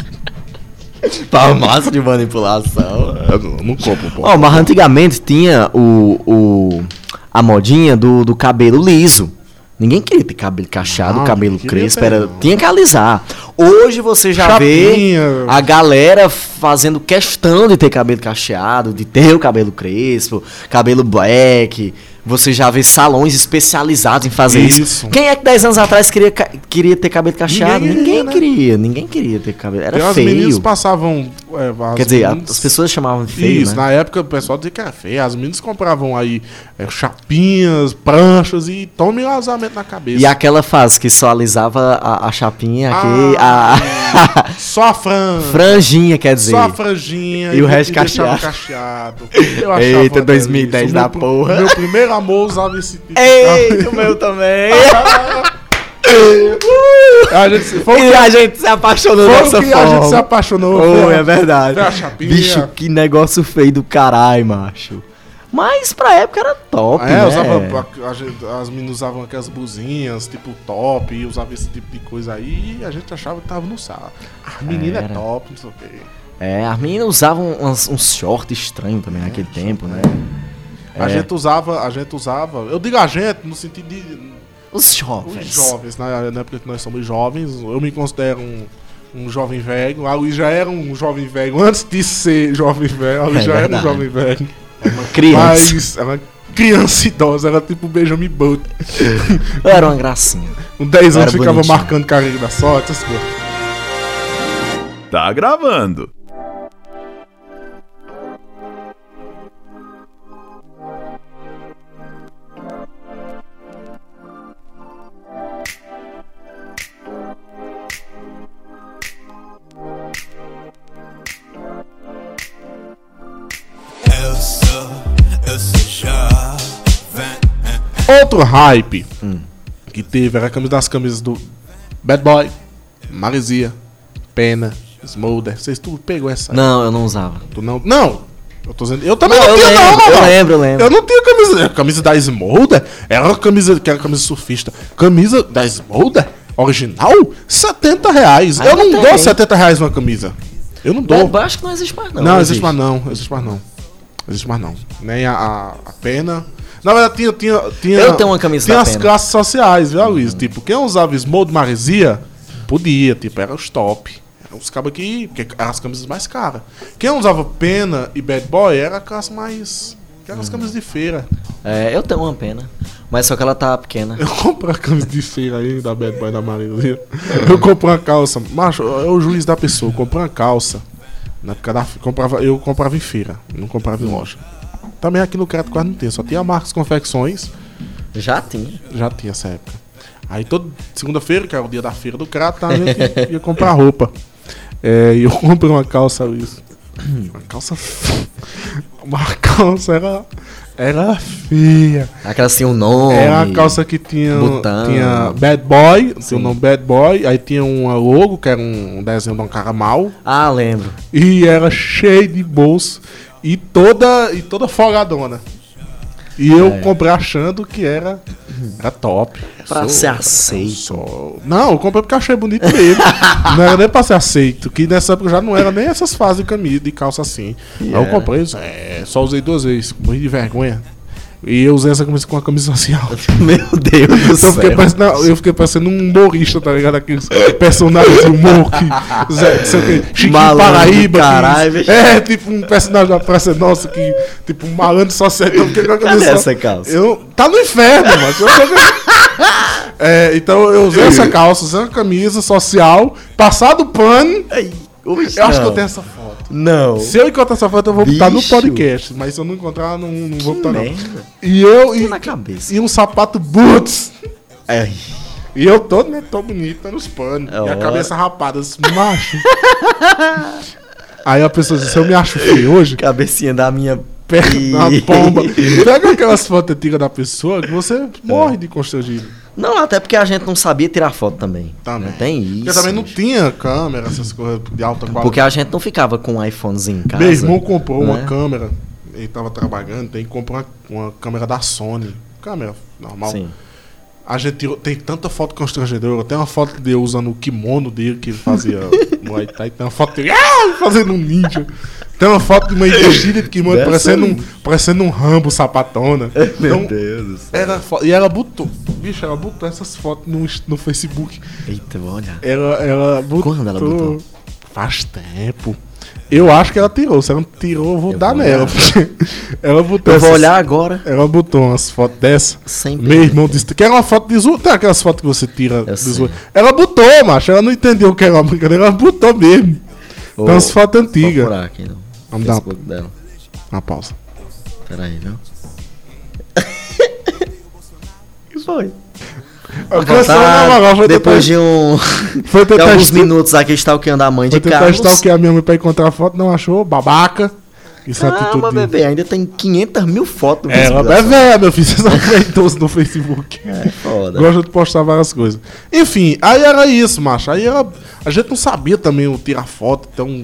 Speaker 3: Palmaço de manipulação.
Speaker 4: É, Eu não, não compro, pô.
Speaker 3: Ó, mas antigamente tinha o, o a modinha do, do cabelo liso. Ninguém queria ter cabelo cachado,
Speaker 4: Não,
Speaker 3: cabelo
Speaker 4: ninguém Ah, queria
Speaker 3: crespo,
Speaker 4: ter,
Speaker 3: era,
Speaker 4: não.
Speaker 3: tinha que alisar. Hoje você já vê
Speaker 4: Chapinha.
Speaker 3: a galera fazendo questão de ter cabelo cacheado, de ter o cabelo crespo, cabelo black. Você já vê salões especializados em fazer isso.
Speaker 4: Isso.
Speaker 3: Quem é que 10 anos atrás queria, ca- queria ter cabelo cacheado? Ninguém,
Speaker 4: Ninguém
Speaker 3: queria,
Speaker 4: queria, né?
Speaker 3: ninguém queria ter cabelo. Era
Speaker 4: Tem umas meninas
Speaker 3: feio.
Speaker 4: que passavam... é, as
Speaker 3: Quer dizer, a-
Speaker 4: meninas-
Speaker 3: as pessoas chamavam de feio,
Speaker 4: Isso,
Speaker 3: né?
Speaker 4: na época o pessoal dizia que era feio. As meninas compravam aí é, chapinhas, pranchas e tome lasamento na cabeça.
Speaker 3: E aquela fase que só alisava a, a chapinha aqui,
Speaker 4: Ah.
Speaker 3: a,
Speaker 4: Só a fran...
Speaker 3: a franjinha, quer dizer.
Speaker 4: Só a franjinha
Speaker 3: E o resto
Speaker 4: deixava cacheado. Eu achava
Speaker 3: Eita,
Speaker 4: beleza.
Speaker 3: 2010
Speaker 4: O
Speaker 3: da
Speaker 4: meu pr-
Speaker 3: porra.
Speaker 4: Meu primeiro amor usava esse tipo.
Speaker 3: Ei, o meu também.
Speaker 4: A gente, se- foi o
Speaker 3: e
Speaker 4: que,
Speaker 3: a gente se apaixonou
Speaker 4: foi o
Speaker 3: dessa
Speaker 4: que
Speaker 3: forma.
Speaker 4: a gente se apaixonou.
Speaker 3: Oh,
Speaker 4: foi a-
Speaker 3: é verdade.
Speaker 4: foi a chapinha.
Speaker 3: Bicho, que negócio feio do caralho, macho. Mas pra época era top,
Speaker 4: É,
Speaker 3: né?
Speaker 4: usava, a- a gente- as meninas usavam aquelas blusinhas, tipo top, e usava esse tipo de coisa aí, e a gente achava que tava no sal. A menina
Speaker 3: Era.
Speaker 4: é top, não sei o quê.
Speaker 3: É, as meninas usavam uns, uns shorts estranhos também naquele
Speaker 4: É,
Speaker 3: tempo, né?
Speaker 4: A gente usava, a gente usava, eu digo a gente no sentido de
Speaker 3: Os
Speaker 4: é. Os
Speaker 3: jovens.
Speaker 4: jovens, né? na, na época que nós somos jovens, eu me considero um, um jovem velho. A Luiz já era um jovem velho antes de ser jovem velho. A Luiz
Speaker 3: É
Speaker 4: já
Speaker 3: verdade.
Speaker 4: era um jovem velho.
Speaker 3: Uma criança.
Speaker 4: Mas ela criança idosa, era tipo um Benjamin Button.
Speaker 3: Eu era uma gracinha.
Speaker 4: Com 10
Speaker 3: Era
Speaker 4: anos ficava
Speaker 3: bonitinho.
Speaker 4: marcando carreira da sorte, essas coisas.
Speaker 1: Tá gravando.
Speaker 5: Eu sou, eu sou jovem.
Speaker 4: Outro hype
Speaker 3: Hum.
Speaker 4: que teve era a camisa das camisas do Bad Boy, Maresia, Pena, Smolder. Vocês tudo pegou essa?
Speaker 3: Não, eu não usava.
Speaker 4: Tu não. Não! Eu tô dizendo. Eu também
Speaker 3: Não,
Speaker 4: não,
Speaker 3: eu
Speaker 4: tinha,
Speaker 3: lembro,
Speaker 4: não,
Speaker 3: eu
Speaker 4: mano.
Speaker 3: lembro, eu lembro.
Speaker 4: Eu não tinha camisa. A camisa da Smolder era uma camisa que era camisa surfista. Camisa da Smolder original? 70 reais.
Speaker 3: Ah,
Speaker 4: eu
Speaker 3: eu
Speaker 4: não
Speaker 3: também.
Speaker 4: dou 70 reais numa camisa. Eu não dou.
Speaker 3: Eu acho que não existe mais, não.
Speaker 4: não, existe mais não. Existe mais não. Existe mais não. Nem a, a, a pena. Na verdade, tinha, tinha, tinha.
Speaker 3: Eu tenho uma camisa
Speaker 4: Tinha
Speaker 3: da
Speaker 4: as
Speaker 3: Pena. Hum.
Speaker 4: classes sociais, viu, Luiz? Tipo, quem usava Smolder Maresia, podia. Tipo, era os top. Era Os cabos que. Porque eram as camisas mais caras. Quem usava Pena e Bad Boy era a classe mais. que eram as
Speaker 3: Hum.
Speaker 4: camisas de feira.
Speaker 3: É, eu tenho uma pena. Mas só que ela tá pequena.
Speaker 4: Eu comprei a camisa de feira aí da Bad Boy da Maresia. Eu comprei uma calça. Macho, é o juiz da pessoa. Eu comprei uma calça. Na época da. Comprava, eu comprava em feira, não comprava em loja. Também aqui no Crato quase não tem, só tinha a Marcos Confecções.
Speaker 3: Já tinha.
Speaker 4: Já tinha essa época. Aí toda segunda-feira, que era o dia da feira do Crato, a gente ia comprar roupa. É, e eu comprei uma calça, Luiz. Uma calça. feia. Uma calça era. Era feia.
Speaker 3: Aquela assim, o nome.
Speaker 4: Era É uma calça que tinha. um-
Speaker 3: botão.
Speaker 4: Tinha Bad Boy,
Speaker 3: Sim.
Speaker 4: tinha o nome Bad Boy. Aí tinha uma logo, que era um desenho de um cara mal.
Speaker 3: Ah, lembro.
Speaker 4: E era cheio de bolso. E toda, e toda folgadona. E
Speaker 3: É.
Speaker 4: eu comprei achando que era, era top.
Speaker 3: Pra
Speaker 4: Sou-
Speaker 3: ser aceito.
Speaker 4: sou- Não, eu comprei porque achei bonito mesmo. não era nem pra ser aceito. Que nessa época já não era nem essas fases de camisa, de calça assim. Aí eu
Speaker 3: era.
Speaker 4: comprei, é, só usei duas vezes, morri de vergonha. E eu usei essa camisa com a camisa social.
Speaker 3: Meu Deus do
Speaker 4: Então eu fiquei,
Speaker 3: céu.
Speaker 4: parecendo, não, eu fiquei parecendo um humorista, tá ligado? Aqueles personagens de humor que. Zé, não sei o quê, Chiquinho
Speaker 3: Malandro do
Speaker 4: Paraíba. que-
Speaker 3: caralho, bicho.
Speaker 4: é, tipo um personagem da Praça Nossa que. Tipo um malandro social. Então, que, que,
Speaker 3: Cadê essa calça?
Speaker 4: Eu, tá no inferno, mano. Eu tô- É, então eu usei essa calça, usei uma camisa social, passado pano. Eu acho que eu tenho essa foto.
Speaker 3: Não.
Speaker 4: Se eu encontrar essa foto, eu vou botar no
Speaker 3: Bicho.
Speaker 4: podcast. Mas se eu não encontrar, não, não vou botar, não.
Speaker 3: merda.
Speaker 4: E eu. E,
Speaker 3: na cabeça.
Speaker 4: e um sapato boots.
Speaker 3: Ai,
Speaker 4: E eu todo, né? Tô bonito, tô nos panos.
Speaker 3: É
Speaker 4: e a
Speaker 3: hora.
Speaker 4: cabeça rapada, assim, macho. Aí a pessoa diz, eu me acho feio hoje,
Speaker 3: cabecinha da minha
Speaker 4: pega
Speaker 3: Ih. É.
Speaker 4: uma pomba. Pega aquelas fotos antigas da pessoa que você morre de constrangido.
Speaker 3: Não, até porque a gente não sabia tirar foto também.
Speaker 4: Também.
Speaker 3: Né? Tem isso.
Speaker 4: Porque também não
Speaker 3: bicho.
Speaker 4: tinha câmera, essas coisas de alta qualidade.
Speaker 3: Porque a gente não ficava com um iPhonezinho em casa.
Speaker 4: Meu irmão comprou uma
Speaker 3: né?
Speaker 4: câmera, ele tava trabalhando, tem que comprar uma, uma câmera da Sony. Câmera normal.
Speaker 3: Sim.
Speaker 4: A gente tirou, tem tanta foto constrangedora, tem uma foto dele usando o kimono dele que ele fazia Muay Thai, tem uma foto dele ah, fazendo um ninja. Tem uma foto de uma investida de kimono
Speaker 3: Dessa
Speaker 4: parecendo um,
Speaker 3: aí. É
Speaker 4: parecendo um Rambo sapatona. Então,
Speaker 3: Deus do céu.
Speaker 4: era fo- e ela botou, bicho, ela botou essas fotos no, inst- no Facebook.
Speaker 3: Eita, vou olhar.
Speaker 4: Ela, ela botou.
Speaker 3: Quando ela botou?
Speaker 4: Faz tempo. Eu acho que ela tirou. Se ela não tirou, eu vou
Speaker 3: Eu
Speaker 4: dar
Speaker 3: vou
Speaker 4: nela.
Speaker 3: olhar.
Speaker 4: porque ela botou.
Speaker 3: Eu vou
Speaker 4: essas-
Speaker 3: olhar agora.
Speaker 4: Ela botou umas fotos dessa.
Speaker 3: Sem
Speaker 4: Meu irmão
Speaker 3: pergunta.
Speaker 4: disse: Quer uma foto de zoom? Tem aquelas fotos que você tira
Speaker 3: Eu
Speaker 4: de
Speaker 3: sei.
Speaker 4: zoom. Ela botou, macho. Ela não entendeu o que era uma brincadeira. Ela botou mesmo.
Speaker 3: Ô,
Speaker 4: Tem umas fotos
Speaker 3: Vou
Speaker 4: antigas.
Speaker 3: procurar aqui no
Speaker 4: Vamos dar uma-
Speaker 3: Facebook dela.
Speaker 4: Uma pausa.
Speaker 3: Pera aí, viu? que foi?
Speaker 4: A canção nova
Speaker 3: Tá,
Speaker 4: agora né, foi
Speaker 3: depois
Speaker 4: tentar-
Speaker 3: de um.
Speaker 4: Foi
Speaker 3: de
Speaker 4: tentar
Speaker 3: alguns
Speaker 4: estu-
Speaker 3: minutos aqui stalkeando a mãe de
Speaker 4: Foi tentar
Speaker 3: Carlos.
Speaker 4: stalkear minha mãe pra encontrar a foto. Não achou? Babaca. Isso é
Speaker 3: Calma,
Speaker 4: atitude. de-
Speaker 3: Ah, bebê, ainda tem 500 mil fotos no
Speaker 4: Ela
Speaker 3: Facebook
Speaker 4: é
Speaker 3: da sua-
Speaker 4: velha, meu filho. Você sabe que é idoso no Facebook.
Speaker 3: É foda.
Speaker 4: Gosta de postar várias coisas. Enfim, aí era isso, macho. Aí era... a gente não sabia também o tirar foto, então.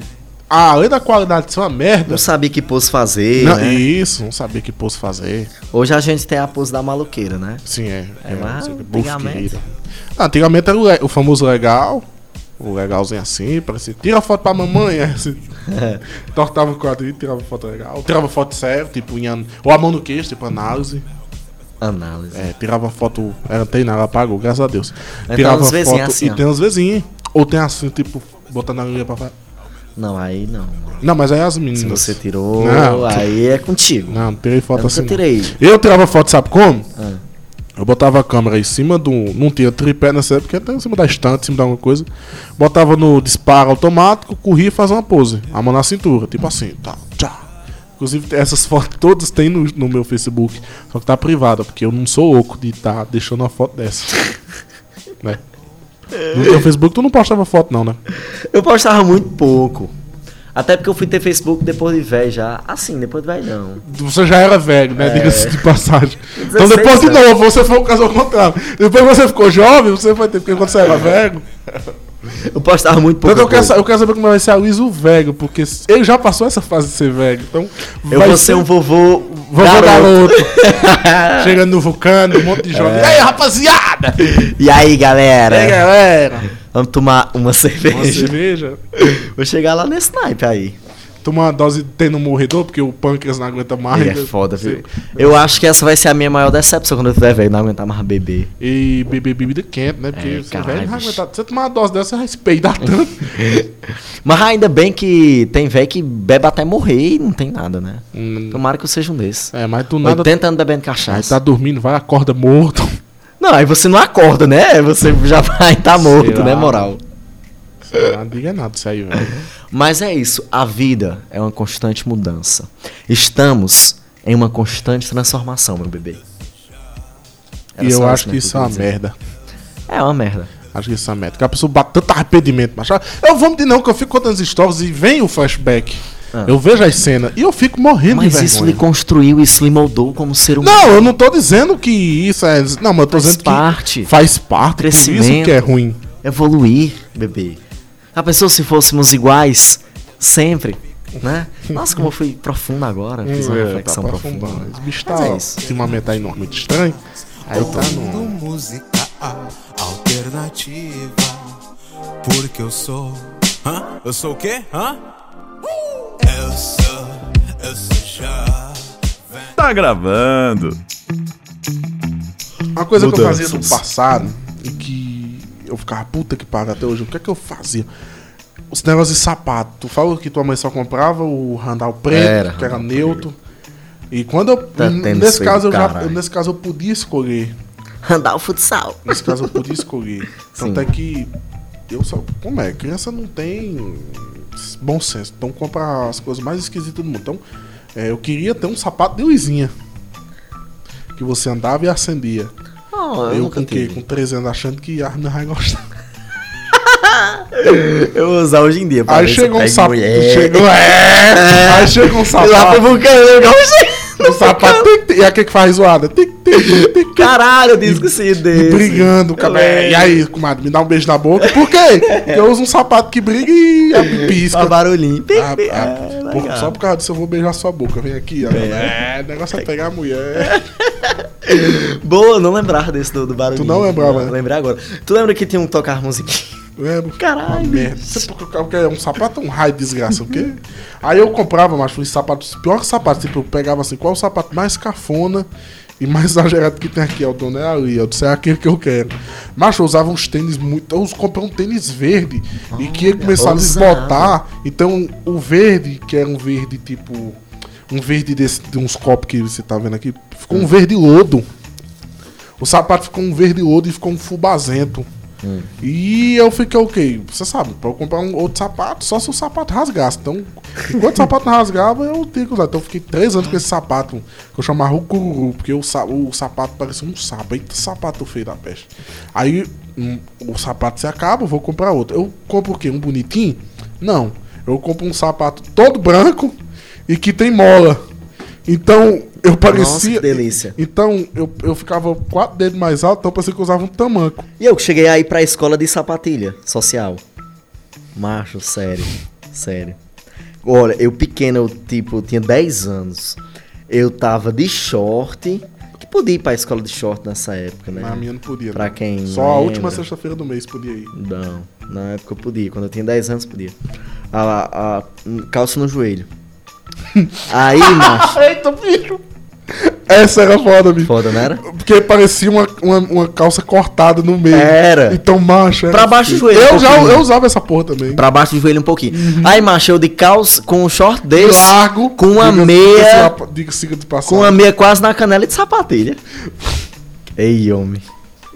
Speaker 4: Ah, além da qualidade ser uma merda.
Speaker 3: Não sabia que pose fazer,
Speaker 4: Não,
Speaker 3: né?
Speaker 4: Isso, não sabia que posso fazer.
Speaker 3: Hoje a gente tem a pose da maluqueira, né?
Speaker 4: Sim, é.
Speaker 3: É, mas
Speaker 4: não sei o que,
Speaker 3: antigamente-
Speaker 4: bufqueira. Ah, antigamente era o, le- o famoso legal. O legalzinho assim, parecia. Tira foto pra mamãe. aí Assim, tortava o quadrinho, tirava foto legal. Tirava foto séria, tipo, em an... ou a mão no queixo, tipo, análise.
Speaker 3: Análise.
Speaker 4: É, tirava foto. Ela tem nada, apagou, graças a Deus.
Speaker 3: É, tem
Speaker 4: tirava
Speaker 3: uns vizinhos assim,
Speaker 4: e
Speaker 3: ó.
Speaker 4: tem uns vizinhos. Ou tem assim, tipo, botando a linha pra fora.
Speaker 3: Não, aí não. mano.
Speaker 4: Não, mas aí é as
Speaker 3: Se
Speaker 4: meninas.
Speaker 3: você tirou,
Speaker 4: Não.
Speaker 3: aí é contigo.
Speaker 4: Não, não tirei foto
Speaker 3: Eu
Speaker 4: assim.
Speaker 3: nunca
Speaker 4: não.
Speaker 3: tirei.
Speaker 4: Eu tirava foto, sabe como?
Speaker 3: Ah.
Speaker 4: Eu botava a câmera em cima do. Não tinha tripé nessa época, até em cima da estante, em cima de alguma coisa. Botava no disparo automático, corria e fazia uma pose. A mão na cintura, tipo assim, tá, tchau. Inclusive, essas fotos todas tem no, no meu Facebook. Só que tá privada, porque eu não sou louco de estar deixando uma foto dessa. né? No teu Facebook tu não postava foto, não, né?
Speaker 3: Eu postava muito pouco. Até porque eu fui ter Facebook depois de velho já. Assim, depois de velho não.
Speaker 4: Você já era velho, né? Diga-se de passagem. Então
Speaker 3: 16
Speaker 4: depois de
Speaker 3: É. anos.
Speaker 4: novo, você foi o caso ao contrário. Depois você ficou jovem, você foi ter, porque quando você era velho.
Speaker 3: Eu postava muito pouco.
Speaker 4: Tanto eu quero, sa- eu quero saber como vai ser a Luiz o velho, porque s- ele já passou essa fase de ser velho. Então,
Speaker 3: Eu vou ser um vovô.
Speaker 4: Vovô
Speaker 3: garoto. É.
Speaker 4: garoto. Chegando no vulcano, um monte de jovem. E aí, rapaziada!
Speaker 3: E aí,
Speaker 4: E aí,
Speaker 3: galera?
Speaker 4: galera?
Speaker 3: Vamos tomar uma cerveja.
Speaker 4: Uma cerveja.
Speaker 3: Vou chegar lá nesse naipe aí.
Speaker 4: Tomar uma dose de tem no morredor, porque o pâncreas não aguenta mais. né?
Speaker 3: Ele é foda, viu? Eu acho que essa vai ser a minha maior decepção quando eu tiver velho, não aguentar mais beber.
Speaker 4: E beber bebida quente, né? Porque
Speaker 3: É,
Speaker 4: você
Speaker 3: caralho,
Speaker 4: velho não vai
Speaker 3: bicho.
Speaker 4: aguentar. Se você tomar uma dose dessa, você vai se peidar tanto.
Speaker 3: Mas ainda bem que tem velho que bebe até morrer e não tem nada, né?
Speaker 4: Hum,
Speaker 3: Tomara que eu seja um desses.
Speaker 4: é, mas do nada.
Speaker 3: 80 anos bebendo
Speaker 4: Aí
Speaker 3: cachaça.
Speaker 4: tá dormindo, vai, acorda morto.
Speaker 3: Não, aí você não acorda, né? Você já vai estar morto,
Speaker 4: lá.
Speaker 3: né, moral?
Speaker 4: Não diga nada isso aí, velho.
Speaker 3: Mas é isso, a vida é uma constante mudança. Estamos em uma constante transformação, meu bebê. Era
Speaker 4: E eu
Speaker 3: só
Speaker 4: acho
Speaker 3: né,
Speaker 4: que
Speaker 3: eu
Speaker 4: isso é
Speaker 3: queria
Speaker 4: uma
Speaker 3: dizer.
Speaker 4: merda.
Speaker 3: É uma merda.
Speaker 4: Acho que isso é merda. Que a pessoa bate tanto arrependimento, macho. Eu vou mentir não, que eu fico contando as histórias e vem o flashback.
Speaker 3: Ah.
Speaker 4: Eu vejo as cenas e eu fico morrendo
Speaker 3: Mas
Speaker 4: de
Speaker 3: isso
Speaker 4: vergonha.
Speaker 3: lhe construiu, isso lhe moldou como ser humano.
Speaker 4: Não, eu não tô dizendo que isso é... Não, mas eu tô
Speaker 3: Faz
Speaker 4: dizendo
Speaker 3: parte.
Speaker 4: que faz parte. por isso
Speaker 3: Crescimento.
Speaker 4: que é ruim.
Speaker 3: Evoluir, bebê. A pessoa se fôssemos iguais, sempre, né? Nossa, como eu fui profundo agora. Fiz uma
Speaker 4: É,
Speaker 3: reflexão
Speaker 4: tá
Speaker 3: profunda.
Speaker 4: aprofundando. Esse bicho tá
Speaker 3: Mas é isso.
Speaker 4: ultimamente tá enormemente estranho. Aí tá
Speaker 5: Ouvindo
Speaker 4: no...
Speaker 5: música alternativa. Porque eu sou. Hã? Eu sou o quê? Hã? Eu sou. Eu sou jovem.
Speaker 1: Tá gravando.
Speaker 4: Uma coisa que eu
Speaker 1: Mudanças.
Speaker 4: fazia no passado e que eu ficava puta que pariu até hoje, o que é que eu fazia? Os negócios de sapato. Tu falou que tua mãe só comprava o Randall preto,
Speaker 3: Era,
Speaker 4: que era
Speaker 3: Randall
Speaker 4: neutro. E quando eu.
Speaker 3: Tá
Speaker 4: n-
Speaker 3: tendo
Speaker 4: nesse
Speaker 3: feio
Speaker 4: caso eu já.
Speaker 3: caralho.
Speaker 4: Nesse caso eu podia escolher.
Speaker 3: Andar o futsal.
Speaker 4: Nesse caso eu podia escolher. Tanto
Speaker 3: Sim.
Speaker 4: é que. Eu só. Como é? Criança não tem bom senso. Então compra as coisas mais esquisitas do mundo. Então, é, eu queria ter um sapato de luzinha. Que você andava e acendia.
Speaker 3: Não, Oh, eu,
Speaker 4: Eu,
Speaker 3: nunca
Speaker 4: com o quê?
Speaker 3: tive.
Speaker 4: Com 13 anos achando que a não vai gostar.
Speaker 3: Eu vou usar hoje em dia. pra
Speaker 4: Aí
Speaker 3: ver se
Speaker 4: chegou
Speaker 3: eu
Speaker 4: um
Speaker 3: pego
Speaker 4: sapato.
Speaker 3: mulher.
Speaker 4: Chegou, é, Aí chegou um
Speaker 3: E lá pro
Speaker 4: sapato.
Speaker 3: vulcão, eu gostei.
Speaker 4: o sapato. tic, tic, e aquele que faz zoada. Tic, tic, tic, tic,
Speaker 3: Caralho, eu disse que se desse.
Speaker 4: brigando, cabelo.
Speaker 3: lembro.
Speaker 4: E aí, comadre, me dá um beijo na boca. Por quê? Porque eu uso um sapato que briga e a- pisca.
Speaker 3: Ó, barulhinho. Pi,
Speaker 4: Ah,
Speaker 3: pi.
Speaker 4: ah,
Speaker 3: Ah,
Speaker 4: por-
Speaker 3: legal.
Speaker 4: só por causa disso eu vou beijar sua boca. Vem aqui, ó. É, o negócio é pegar a mulher.
Speaker 3: Boa, não lembrava desse do, do barulhinho.
Speaker 4: Tu não lembrava, né?
Speaker 3: Lembrei agora. Tu lembra que tinha um tocar musiquinha?
Speaker 4: Lembro.
Speaker 3: Caralho.
Speaker 4: um Merda. Você porque o cara quer um sapato, um raio de desgraça, o quê? Aí eu comprava, macho, os sapatos, pior que sapato, tipo, eu pegava assim, qual o sapato mais cafona e mais exagerado que tem aqui, é o dono é ali, eu disse, é aquele que eu quero. Macho, eu usava uns tênis muito, eu comprei um tênis verde e que ia começar a
Speaker 3: ousado.
Speaker 4: desbotar, então o verde, que era um verde tipo, um verde desse, de uns copos que você tá vendo aqui, ficou um verde lodo. O sapato ficou um verde lodo e ficou um fubazento. E eu fiquei, ok, você sabe, pra eu comprar um outro sapato, só se o sapato rasgasse. Então, enquanto o sapato não rasgava, eu tinha que usar. Então eu fiquei três anos com esse sapato, que eu chamava o cururu, porque o, sa- o sapato parecia um sapo. Eita, sapato feio da peste. Aí hum, o sapato se acaba, eu vou comprar outro. Eu compro o quê? Um bonitinho? Não. Eu compro um sapato todo branco e que tem mola. Então, eu parecia.
Speaker 3: que delícia.
Speaker 4: Então, eu, eu ficava quatro dedos mais alto, então parecia que eu usava um tamanco.
Speaker 3: E eu que cheguei aí pra escola de sapatilha social. Macho, sério. Sério. Olha, eu pequeno, eu, tipo, eu tinha 10 anos. Eu tava de short. Que podia ir pra escola de short nessa época, né?
Speaker 4: Na minha não podia.
Speaker 3: Pra
Speaker 4: não.
Speaker 3: quem né?
Speaker 4: Só a
Speaker 3: lembra.
Speaker 4: última sexta-feira do mês podia ir.
Speaker 3: Não, na época eu podia. Quando eu tinha 10 anos, podia. Ah A, a, calça no joelho. Aí, macho.
Speaker 4: Eita, bicho! Essa era foda, bicho.
Speaker 3: Foda, não era?
Speaker 4: Porque parecia uma, uma, uma calça cortada no meio.
Speaker 3: Era.
Speaker 4: Então, macho. Era
Speaker 3: Pra baixo do
Speaker 4: feio.
Speaker 3: joelho,
Speaker 4: Eu
Speaker 3: um
Speaker 4: já
Speaker 3: pouquinho.
Speaker 4: eu usava essa porra também.
Speaker 3: Pra baixo do joelho um pouquinho. Aí, macho, eu de calça com um short desse.
Speaker 4: Uhum. Largo. é
Speaker 3: Com uma
Speaker 4: diga-
Speaker 3: meia.
Speaker 4: diga- Diga siga de
Speaker 3: Com a
Speaker 4: passagem.
Speaker 3: meia quase na canela e de sapatilha. Ei, homem.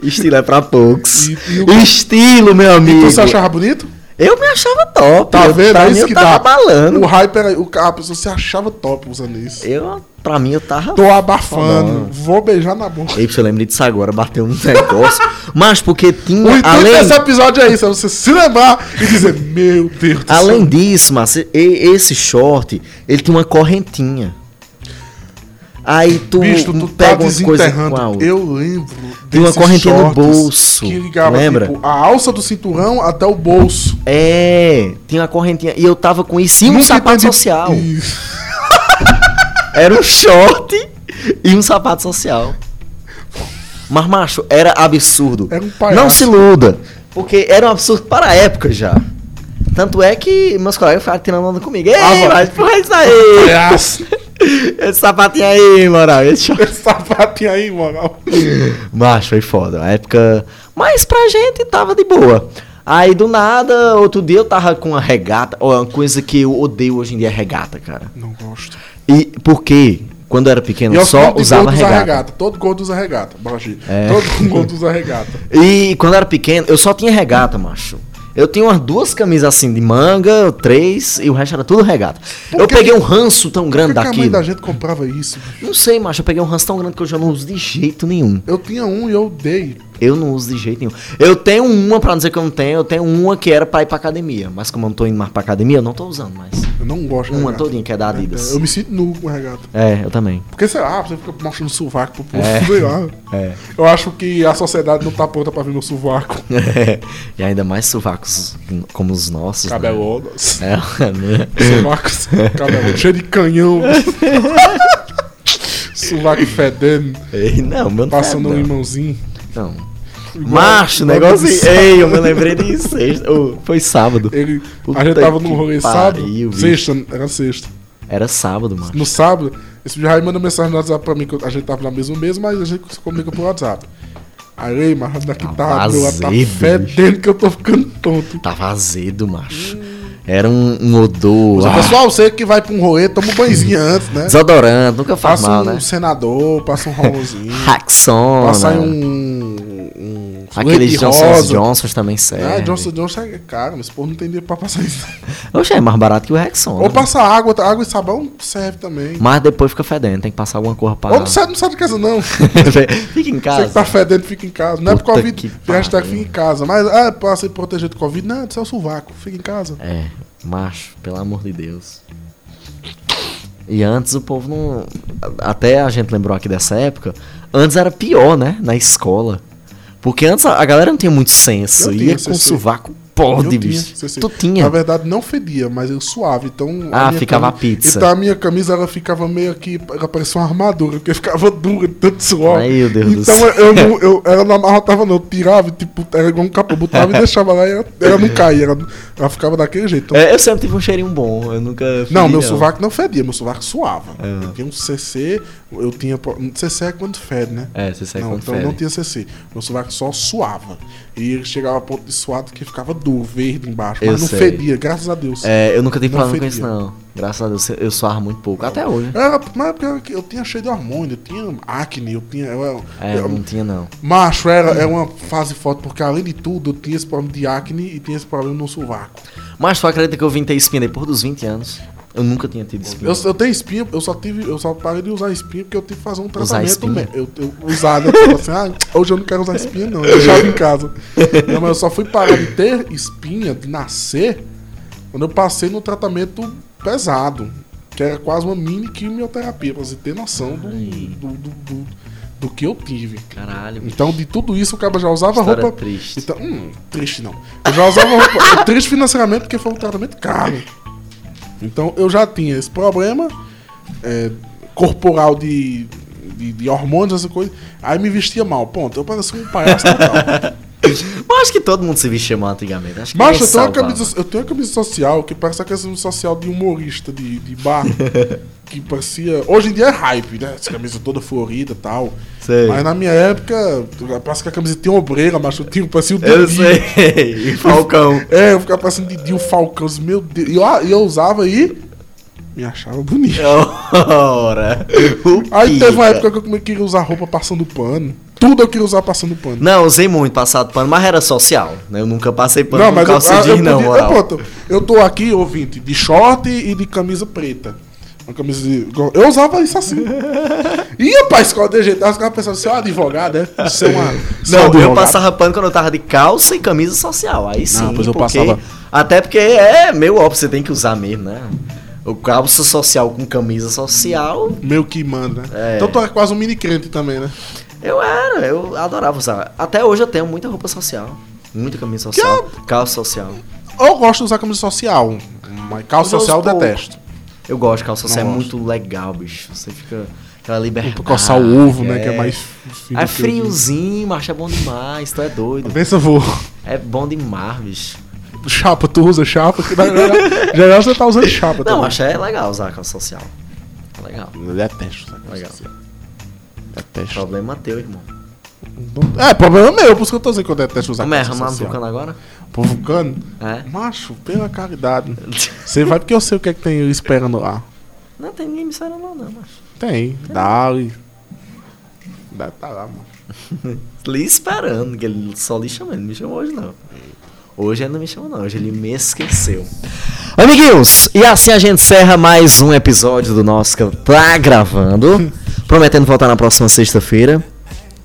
Speaker 3: Estilo é pra poucos.
Speaker 4: E- e o-
Speaker 3: Estilo, meu
Speaker 4: E
Speaker 3: amigo.
Speaker 4: tu se achava bonito?
Speaker 3: Eu me achava top.
Speaker 4: Tá
Speaker 3: eu,
Speaker 4: vendo?
Speaker 3: Pra
Speaker 4: É
Speaker 3: mim,
Speaker 4: isso
Speaker 3: eu
Speaker 4: que
Speaker 3: tava
Speaker 4: dá.
Speaker 3: balando.
Speaker 4: O hype era. O, a pessoa se achava top usando isso.
Speaker 3: Eu, pra mim, eu tava...
Speaker 4: Tô abafando.
Speaker 3: Não.
Speaker 4: Vou beijar na boca.
Speaker 3: Ei, bicho, eu lembrei disso agora. Bateu um negócio. Mas porque
Speaker 4: O
Speaker 3: tinha...
Speaker 4: intuito
Speaker 3: Além,
Speaker 4: desse episódio é isso, é você se lembrar e dizer, meu Deus do
Speaker 3: além disso, mas e- esse short, ele tinha uma correntinha. Aí tu,
Speaker 4: Bicho, tu tá
Speaker 3: um pega umas coisas
Speaker 4: desenterrando.
Speaker 3: com a outra.
Speaker 4: Eu lembro
Speaker 3: Tem uma
Speaker 4: desses
Speaker 3: correntinha no
Speaker 4: shorts
Speaker 3: bolso,
Speaker 4: Que ligava,
Speaker 3: lembra?
Speaker 4: tipo, a alça do cinturão até o bolso.
Speaker 3: É, tinha uma correntinha. E eu tava com isso e um
Speaker 4: Nunca
Speaker 3: sapato
Speaker 4: entendi-
Speaker 3: social.
Speaker 4: Isso.
Speaker 3: Era um short e um sapato social. Mas, macho, era absurdo.
Speaker 4: Era um palhaço.
Speaker 3: Não se iluda. Porque era um absurdo para a época já. Tanto é que meus colegas ficaram tirando onda comigo. Ei,
Speaker 4: Ah,
Speaker 3: mas porra é isso aí?
Speaker 4: Palhaço.
Speaker 3: Esse sapatinho aí, moral. Esse short.
Speaker 4: ah, Esse sapatinho aí, mano.
Speaker 3: Macho, foi foda. A época. Mas pra gente tava de boa. Aí do nada, outro dia eu tava com uma regata. Ó, uma coisa que eu odeio hoje em dia é regata, cara.
Speaker 4: Não gosto.
Speaker 3: E porque quando eu era pequeno
Speaker 4: eu
Speaker 3: só usava regata.
Speaker 4: Todo gordo usa regata. Babaji.
Speaker 3: É.
Speaker 4: Todo gordo usa regata.
Speaker 3: E quando eu era pequeno, eu só tinha regata, macho. Eu tinha umas duas camisas assim de manga, três, e o resto era tudo regata. eu
Speaker 4: que
Speaker 3: peguei um ranço tão grande
Speaker 4: Por que que a mãe
Speaker 3: daquilo.
Speaker 4: da gente comprava isso? bicho?
Speaker 3: Não sei, macho, eu peguei um ranço tão grande que eu já não uso de jeito nenhum.
Speaker 4: Eu tinha um e eu dei.
Speaker 3: Eu não uso de jeito nenhum. Eu tenho uma, pra não dizer que eu não tenho, eu tenho uma que era pra ir pra academia. Mas como eu não tô indo mais pra academia, eu não tô usando mais.
Speaker 4: Eu não gosto de
Speaker 3: Uma
Speaker 4: regata.
Speaker 3: todinha que é da Adidas.
Speaker 4: Eu me sinto nu com regata.
Speaker 3: É, eu também.
Speaker 4: Porque sei lá, você fica mostrando sovaco pro povo,
Speaker 3: É.
Speaker 4: sei lá.
Speaker 3: É.
Speaker 4: Eu acho que a sociedade não tá pronta pra ver meu sovaco.
Speaker 3: e ainda mais sovacos hum, como os nossos. né?
Speaker 4: Cabelonas.
Speaker 3: É, né?
Speaker 4: Sovacos. Cabelo cheio de canhão. Sovaco fedendo.
Speaker 3: Ei, Não, meu não tá,
Speaker 4: Passando um
Speaker 3: não.
Speaker 4: limãozinho.
Speaker 3: Não. Macho,
Speaker 4: igual um assim.
Speaker 3: negócio. assim.
Speaker 4: de sábado.
Speaker 3: Ei, eu me lembrei de sexta. Ô, foi sábado.
Speaker 4: Ele,
Speaker 3: Puta
Speaker 4: a gente tava num
Speaker 3: que
Speaker 4: rolê sábado.
Speaker 3: pariu, bicho.
Speaker 4: Sexta, era sexta.
Speaker 3: Era sábado, macho.
Speaker 4: No sábado, esse já manda mensagem no WhatsApp pra mim, que a gente tava na mesma mesa, mas a gente se comunica por WhatsApp. Aí, ei, mas daqui
Speaker 3: Tá
Speaker 4: tá, meu, tá
Speaker 3: azedo,
Speaker 4: fedendo que eu tô ficando tonto.
Speaker 3: Tava azedo, macho. Era um, um odor.
Speaker 4: Hum. Mas,
Speaker 3: ah,
Speaker 4: Pessoal, você que vai pra um rolê, toma um banhozinho antes, né?
Speaker 3: desodorante, nunca faz
Speaker 4: Passa
Speaker 3: mal,
Speaker 4: um
Speaker 3: né?
Speaker 4: senador, passa um rolãozinho.
Speaker 3: Raxona.
Speaker 4: passa aí um. um
Speaker 3: Aqueles
Speaker 4: leite
Speaker 3: né? Johnson
Speaker 4: rosa.
Speaker 3: Johnsons também
Speaker 4: Ah,
Speaker 3: servem.
Speaker 4: Johnson Johnson é caro, mas povo não tem dinheiro pra passar isso.
Speaker 3: Oxe, é mais barato que o Rexona.
Speaker 4: Ou passa água, tá? água e sabão serve também.
Speaker 3: Mas depois fica fedendo, tem que passar alguma cor pra.
Speaker 4: Ou não sai, não sai de casa, não. Você
Speaker 3: Fica em
Speaker 4: que tá
Speaker 3: casa.
Speaker 4: fedendo, fica em casa. Não é por
Speaker 3: Puta
Speaker 4: Covid,
Speaker 3: que
Speaker 4: tem hashtag
Speaker 3: pariu.
Speaker 4: fica em casa. Mas, ah, pra se proteger do Covid, não, isso é o sovaco, fica em casa.
Speaker 3: É, macho, pelo amor de Deus. E antes o povo não. Até a gente lembrou aqui dessa época. Antes era pior, né? Na escola. Porque antes a a galera não tinha muito senso.
Speaker 4: Eu
Speaker 3: Ia
Speaker 4: tinha
Speaker 3: com
Speaker 4: CC.
Speaker 3: sovaco
Speaker 4: Eu
Speaker 3: podre,
Speaker 4: tinha,
Speaker 3: bicho.
Speaker 4: CC.
Speaker 3: Tu tinha.
Speaker 4: Na verdade, não fedia, mas eu suava, então...
Speaker 3: Ah,
Speaker 4: minha
Speaker 3: ficava a pizza.
Speaker 4: Então a minha camisa, ela ficava meio que... Ela parecia uma armadura, porque ficava dura de tanto suor.
Speaker 3: Meu Deus do
Speaker 4: então
Speaker 3: céu.
Speaker 4: eu não... Eu, ela não amarrotava não, eu tirava, e, tipo, era igual um capô, botava e deixava lá, e ela, ela não caía, ela, ela ficava daquele jeito. Então,
Speaker 3: É, eu sempre tive um cheirinho bom. Eu nunca. fui,
Speaker 4: Não, meu sovaco não fedia, meu sovaco suava.
Speaker 3: É.
Speaker 4: Eu tinha um CC, eu tinha. pro- CC é quando fede, né?
Speaker 3: É, CC é
Speaker 4: não,
Speaker 3: quando
Speaker 4: então
Speaker 3: fede.
Speaker 4: não tinha CC. Meu sovaco só suava. E ele chegava a ponto de suado que ficava duro, verde embaixo. Mas
Speaker 3: Eu
Speaker 4: não
Speaker 3: sei.
Speaker 4: fedia, graças a Deus.
Speaker 3: É, eu nunca tive
Speaker 4: Não
Speaker 3: problema com isso,
Speaker 4: fedia.
Speaker 3: não. Graças a Deus, eu suava muito pouco. Até hoje.
Speaker 4: Era, mas porque eu- eu tinha cheio de hormônio, eu tinha acne, eu tinha. Eu, eu-
Speaker 3: É,
Speaker 4: eu-
Speaker 3: não tinha, não.
Speaker 4: macho, era, era uma fase forte, porque além de tudo, eu tinha esse problema de acne e tinha esse problema no sovaco.
Speaker 3: Mas tu acredita que eu vim ter espinha depois dos 20 anos? Eu nunca tinha tido espinha.
Speaker 4: Eu, eu tenho espinha, eu só tive, eu só parei de usar espinha porque eu tive que fazer um tratamento
Speaker 3: espinha?
Speaker 4: mesmo. Eu, eu usava, eu falava assim, ah, hoje eu não quero usar espinha, não, eu deixava em casa. Não, mas eu só fui parar de ter espinha, de nascer, quando eu passei no tratamento pesado, que era quase uma mini quimioterapia, pra você ter noção do, do, do, do, do que eu tive.
Speaker 3: Caralho, bicho.
Speaker 4: Então, de tudo isso, o cara já usava
Speaker 3: História
Speaker 4: roupa.
Speaker 3: triste.
Speaker 4: Então, hum, triste não. Eu já usava roupa. é triste financeiramente porque foi um tratamento caro. Então, eu já tinha esse problema é, corporal de, de, de hormônios, essa coisa. Aí me vestia mal. Ponto. Eu parecia um palhaço total.
Speaker 3: Mas acho que todo mundo se vestia mal antigamente. Acho que é
Speaker 4: Macho,
Speaker 3: ninguém
Speaker 4: eu tenho, uma
Speaker 3: salvava.
Speaker 4: camisa, eu tenho uma camisa social que parece a camisa social de humorista, de, de bar. que parecia. Hoje em dia é hype, né? Essa camisa toda florida e tal.
Speaker 3: Sei.
Speaker 4: Mas na minha época, parece que a camisa tinha ombreira, macho. Eu tinha, parecia um o
Speaker 3: Eu
Speaker 4: Didi.
Speaker 3: sei. Falcão.
Speaker 4: É, eu ficava parecendo Didi, o Falcão. assim, Meu Deus. E eu, e eu usava aí. Me achava bonito.
Speaker 3: Ora. o
Speaker 4: Aí teve uma
Speaker 3: pica.
Speaker 4: época que eu come- queria usar roupa passando pano. Tudo eu queria usar passando pano.
Speaker 3: Não, usei muito passado pano, mas era social. né? Eu nunca passei pano
Speaker 4: Não,
Speaker 3: com
Speaker 4: mas eu,
Speaker 3: calça
Speaker 4: ah, eu
Speaker 3: jeans, não,
Speaker 4: podia-
Speaker 3: moral.
Speaker 4: é, pronto. eu tô aqui, ouvinte, de short e de camisa preta. Uma camisa de... Eu usava isso assim. Ia pra escola de jeito. As caras pensavam, você é um advogado, é? Você é uma. você é um
Speaker 3: Não, eu
Speaker 4: advogado."
Speaker 3: passava pano quando eu tava de calça e camisa social. Aí sim,
Speaker 4: pois eu
Speaker 3: porque-
Speaker 4: passava-
Speaker 3: Até porque é meio óbvio, você tem que usar mesmo, né? O calça social com camisa social,
Speaker 4: Meio que manda, né?
Speaker 3: É.
Speaker 4: Então tu é quase um mini crente também, né?
Speaker 3: eu era, eu adorava usar. Até hoje eu tenho muita roupa social. Muita camisa social, calça social.
Speaker 4: Eu gosto de usar camisa social, mas calça
Speaker 3: Usa aos
Speaker 4: social eu
Speaker 3: poucos.
Speaker 4: detesto.
Speaker 3: Eu gosto de calça social, é
Speaker 4: gosto.
Speaker 3: muito legal, bicho. Você fica aquela liberdade.
Speaker 4: Pra coçar o ovo, né? Que é mais fino.
Speaker 3: É
Speaker 4: que eu digo.
Speaker 3: friozinho, macho, é bom demais, tu é doido.
Speaker 4: Pensa, vô.
Speaker 3: É bom demais, bicho.
Speaker 4: Chapa, tu usa chapa? Que na- na- na- Geral você tá usando chapa
Speaker 3: Não,
Speaker 4: também.
Speaker 3: macho, é legal usar calça social. É legal.
Speaker 4: Eu detesto essa camisa
Speaker 3: Legal.
Speaker 4: social. Detesto.
Speaker 3: Problema teu, irmão.
Speaker 4: Tá É, problema meu, por isso que eu tô dizendo que eu detesto usar
Speaker 3: Como é?
Speaker 4: calça
Speaker 3: Ramado
Speaker 4: social.
Speaker 3: vulcano agora?
Speaker 4: Pro vulcano?
Speaker 3: É.
Speaker 4: Macho, pela caridade. Você vai porque eu sei o que é que tem esperando lá.
Speaker 3: Não tem ninguém me saindo não, não, macho.
Speaker 4: Tem, dá-lhe. Dá, tá lá, mano.
Speaker 3: Lhe esperando, que ele só lhe chamando, não me chamou hoje não. Hoje ele não me chamou não, hoje ele me esqueceu. Amiguinhos, e assim a gente encerra mais um episódio do nosso que tá gravando. Prometendo voltar na próxima sexta-feira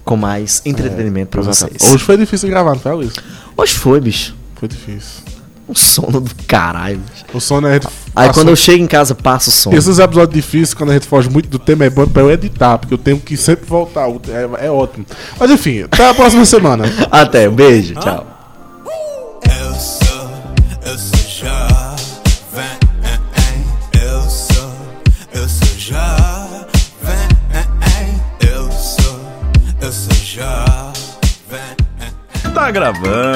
Speaker 3: com mais entretenimento pra vocês.
Speaker 4: É, Hoje foi difícil gravar, não foi, Luiz?
Speaker 3: Hoje foi, bicho.
Speaker 4: Foi difícil.
Speaker 3: Um sono do caralho. bicho.
Speaker 4: O sono é.
Speaker 3: Aí quando eu chego em casa, passo o sono.
Speaker 4: Esses episódios difíceis, quando a gente foge muito do tema, é bom pra eu editar, porque eu tenho que sempre voltar. o- É, é ótimo. Mas enfim, até a próxima semana.
Speaker 3: Até, um beijo, tchau.
Speaker 5: Elsa, Elsa já vem. Elsa, Elsa já vem. Elsa, Elsa já vem.
Speaker 1: Tá gravando.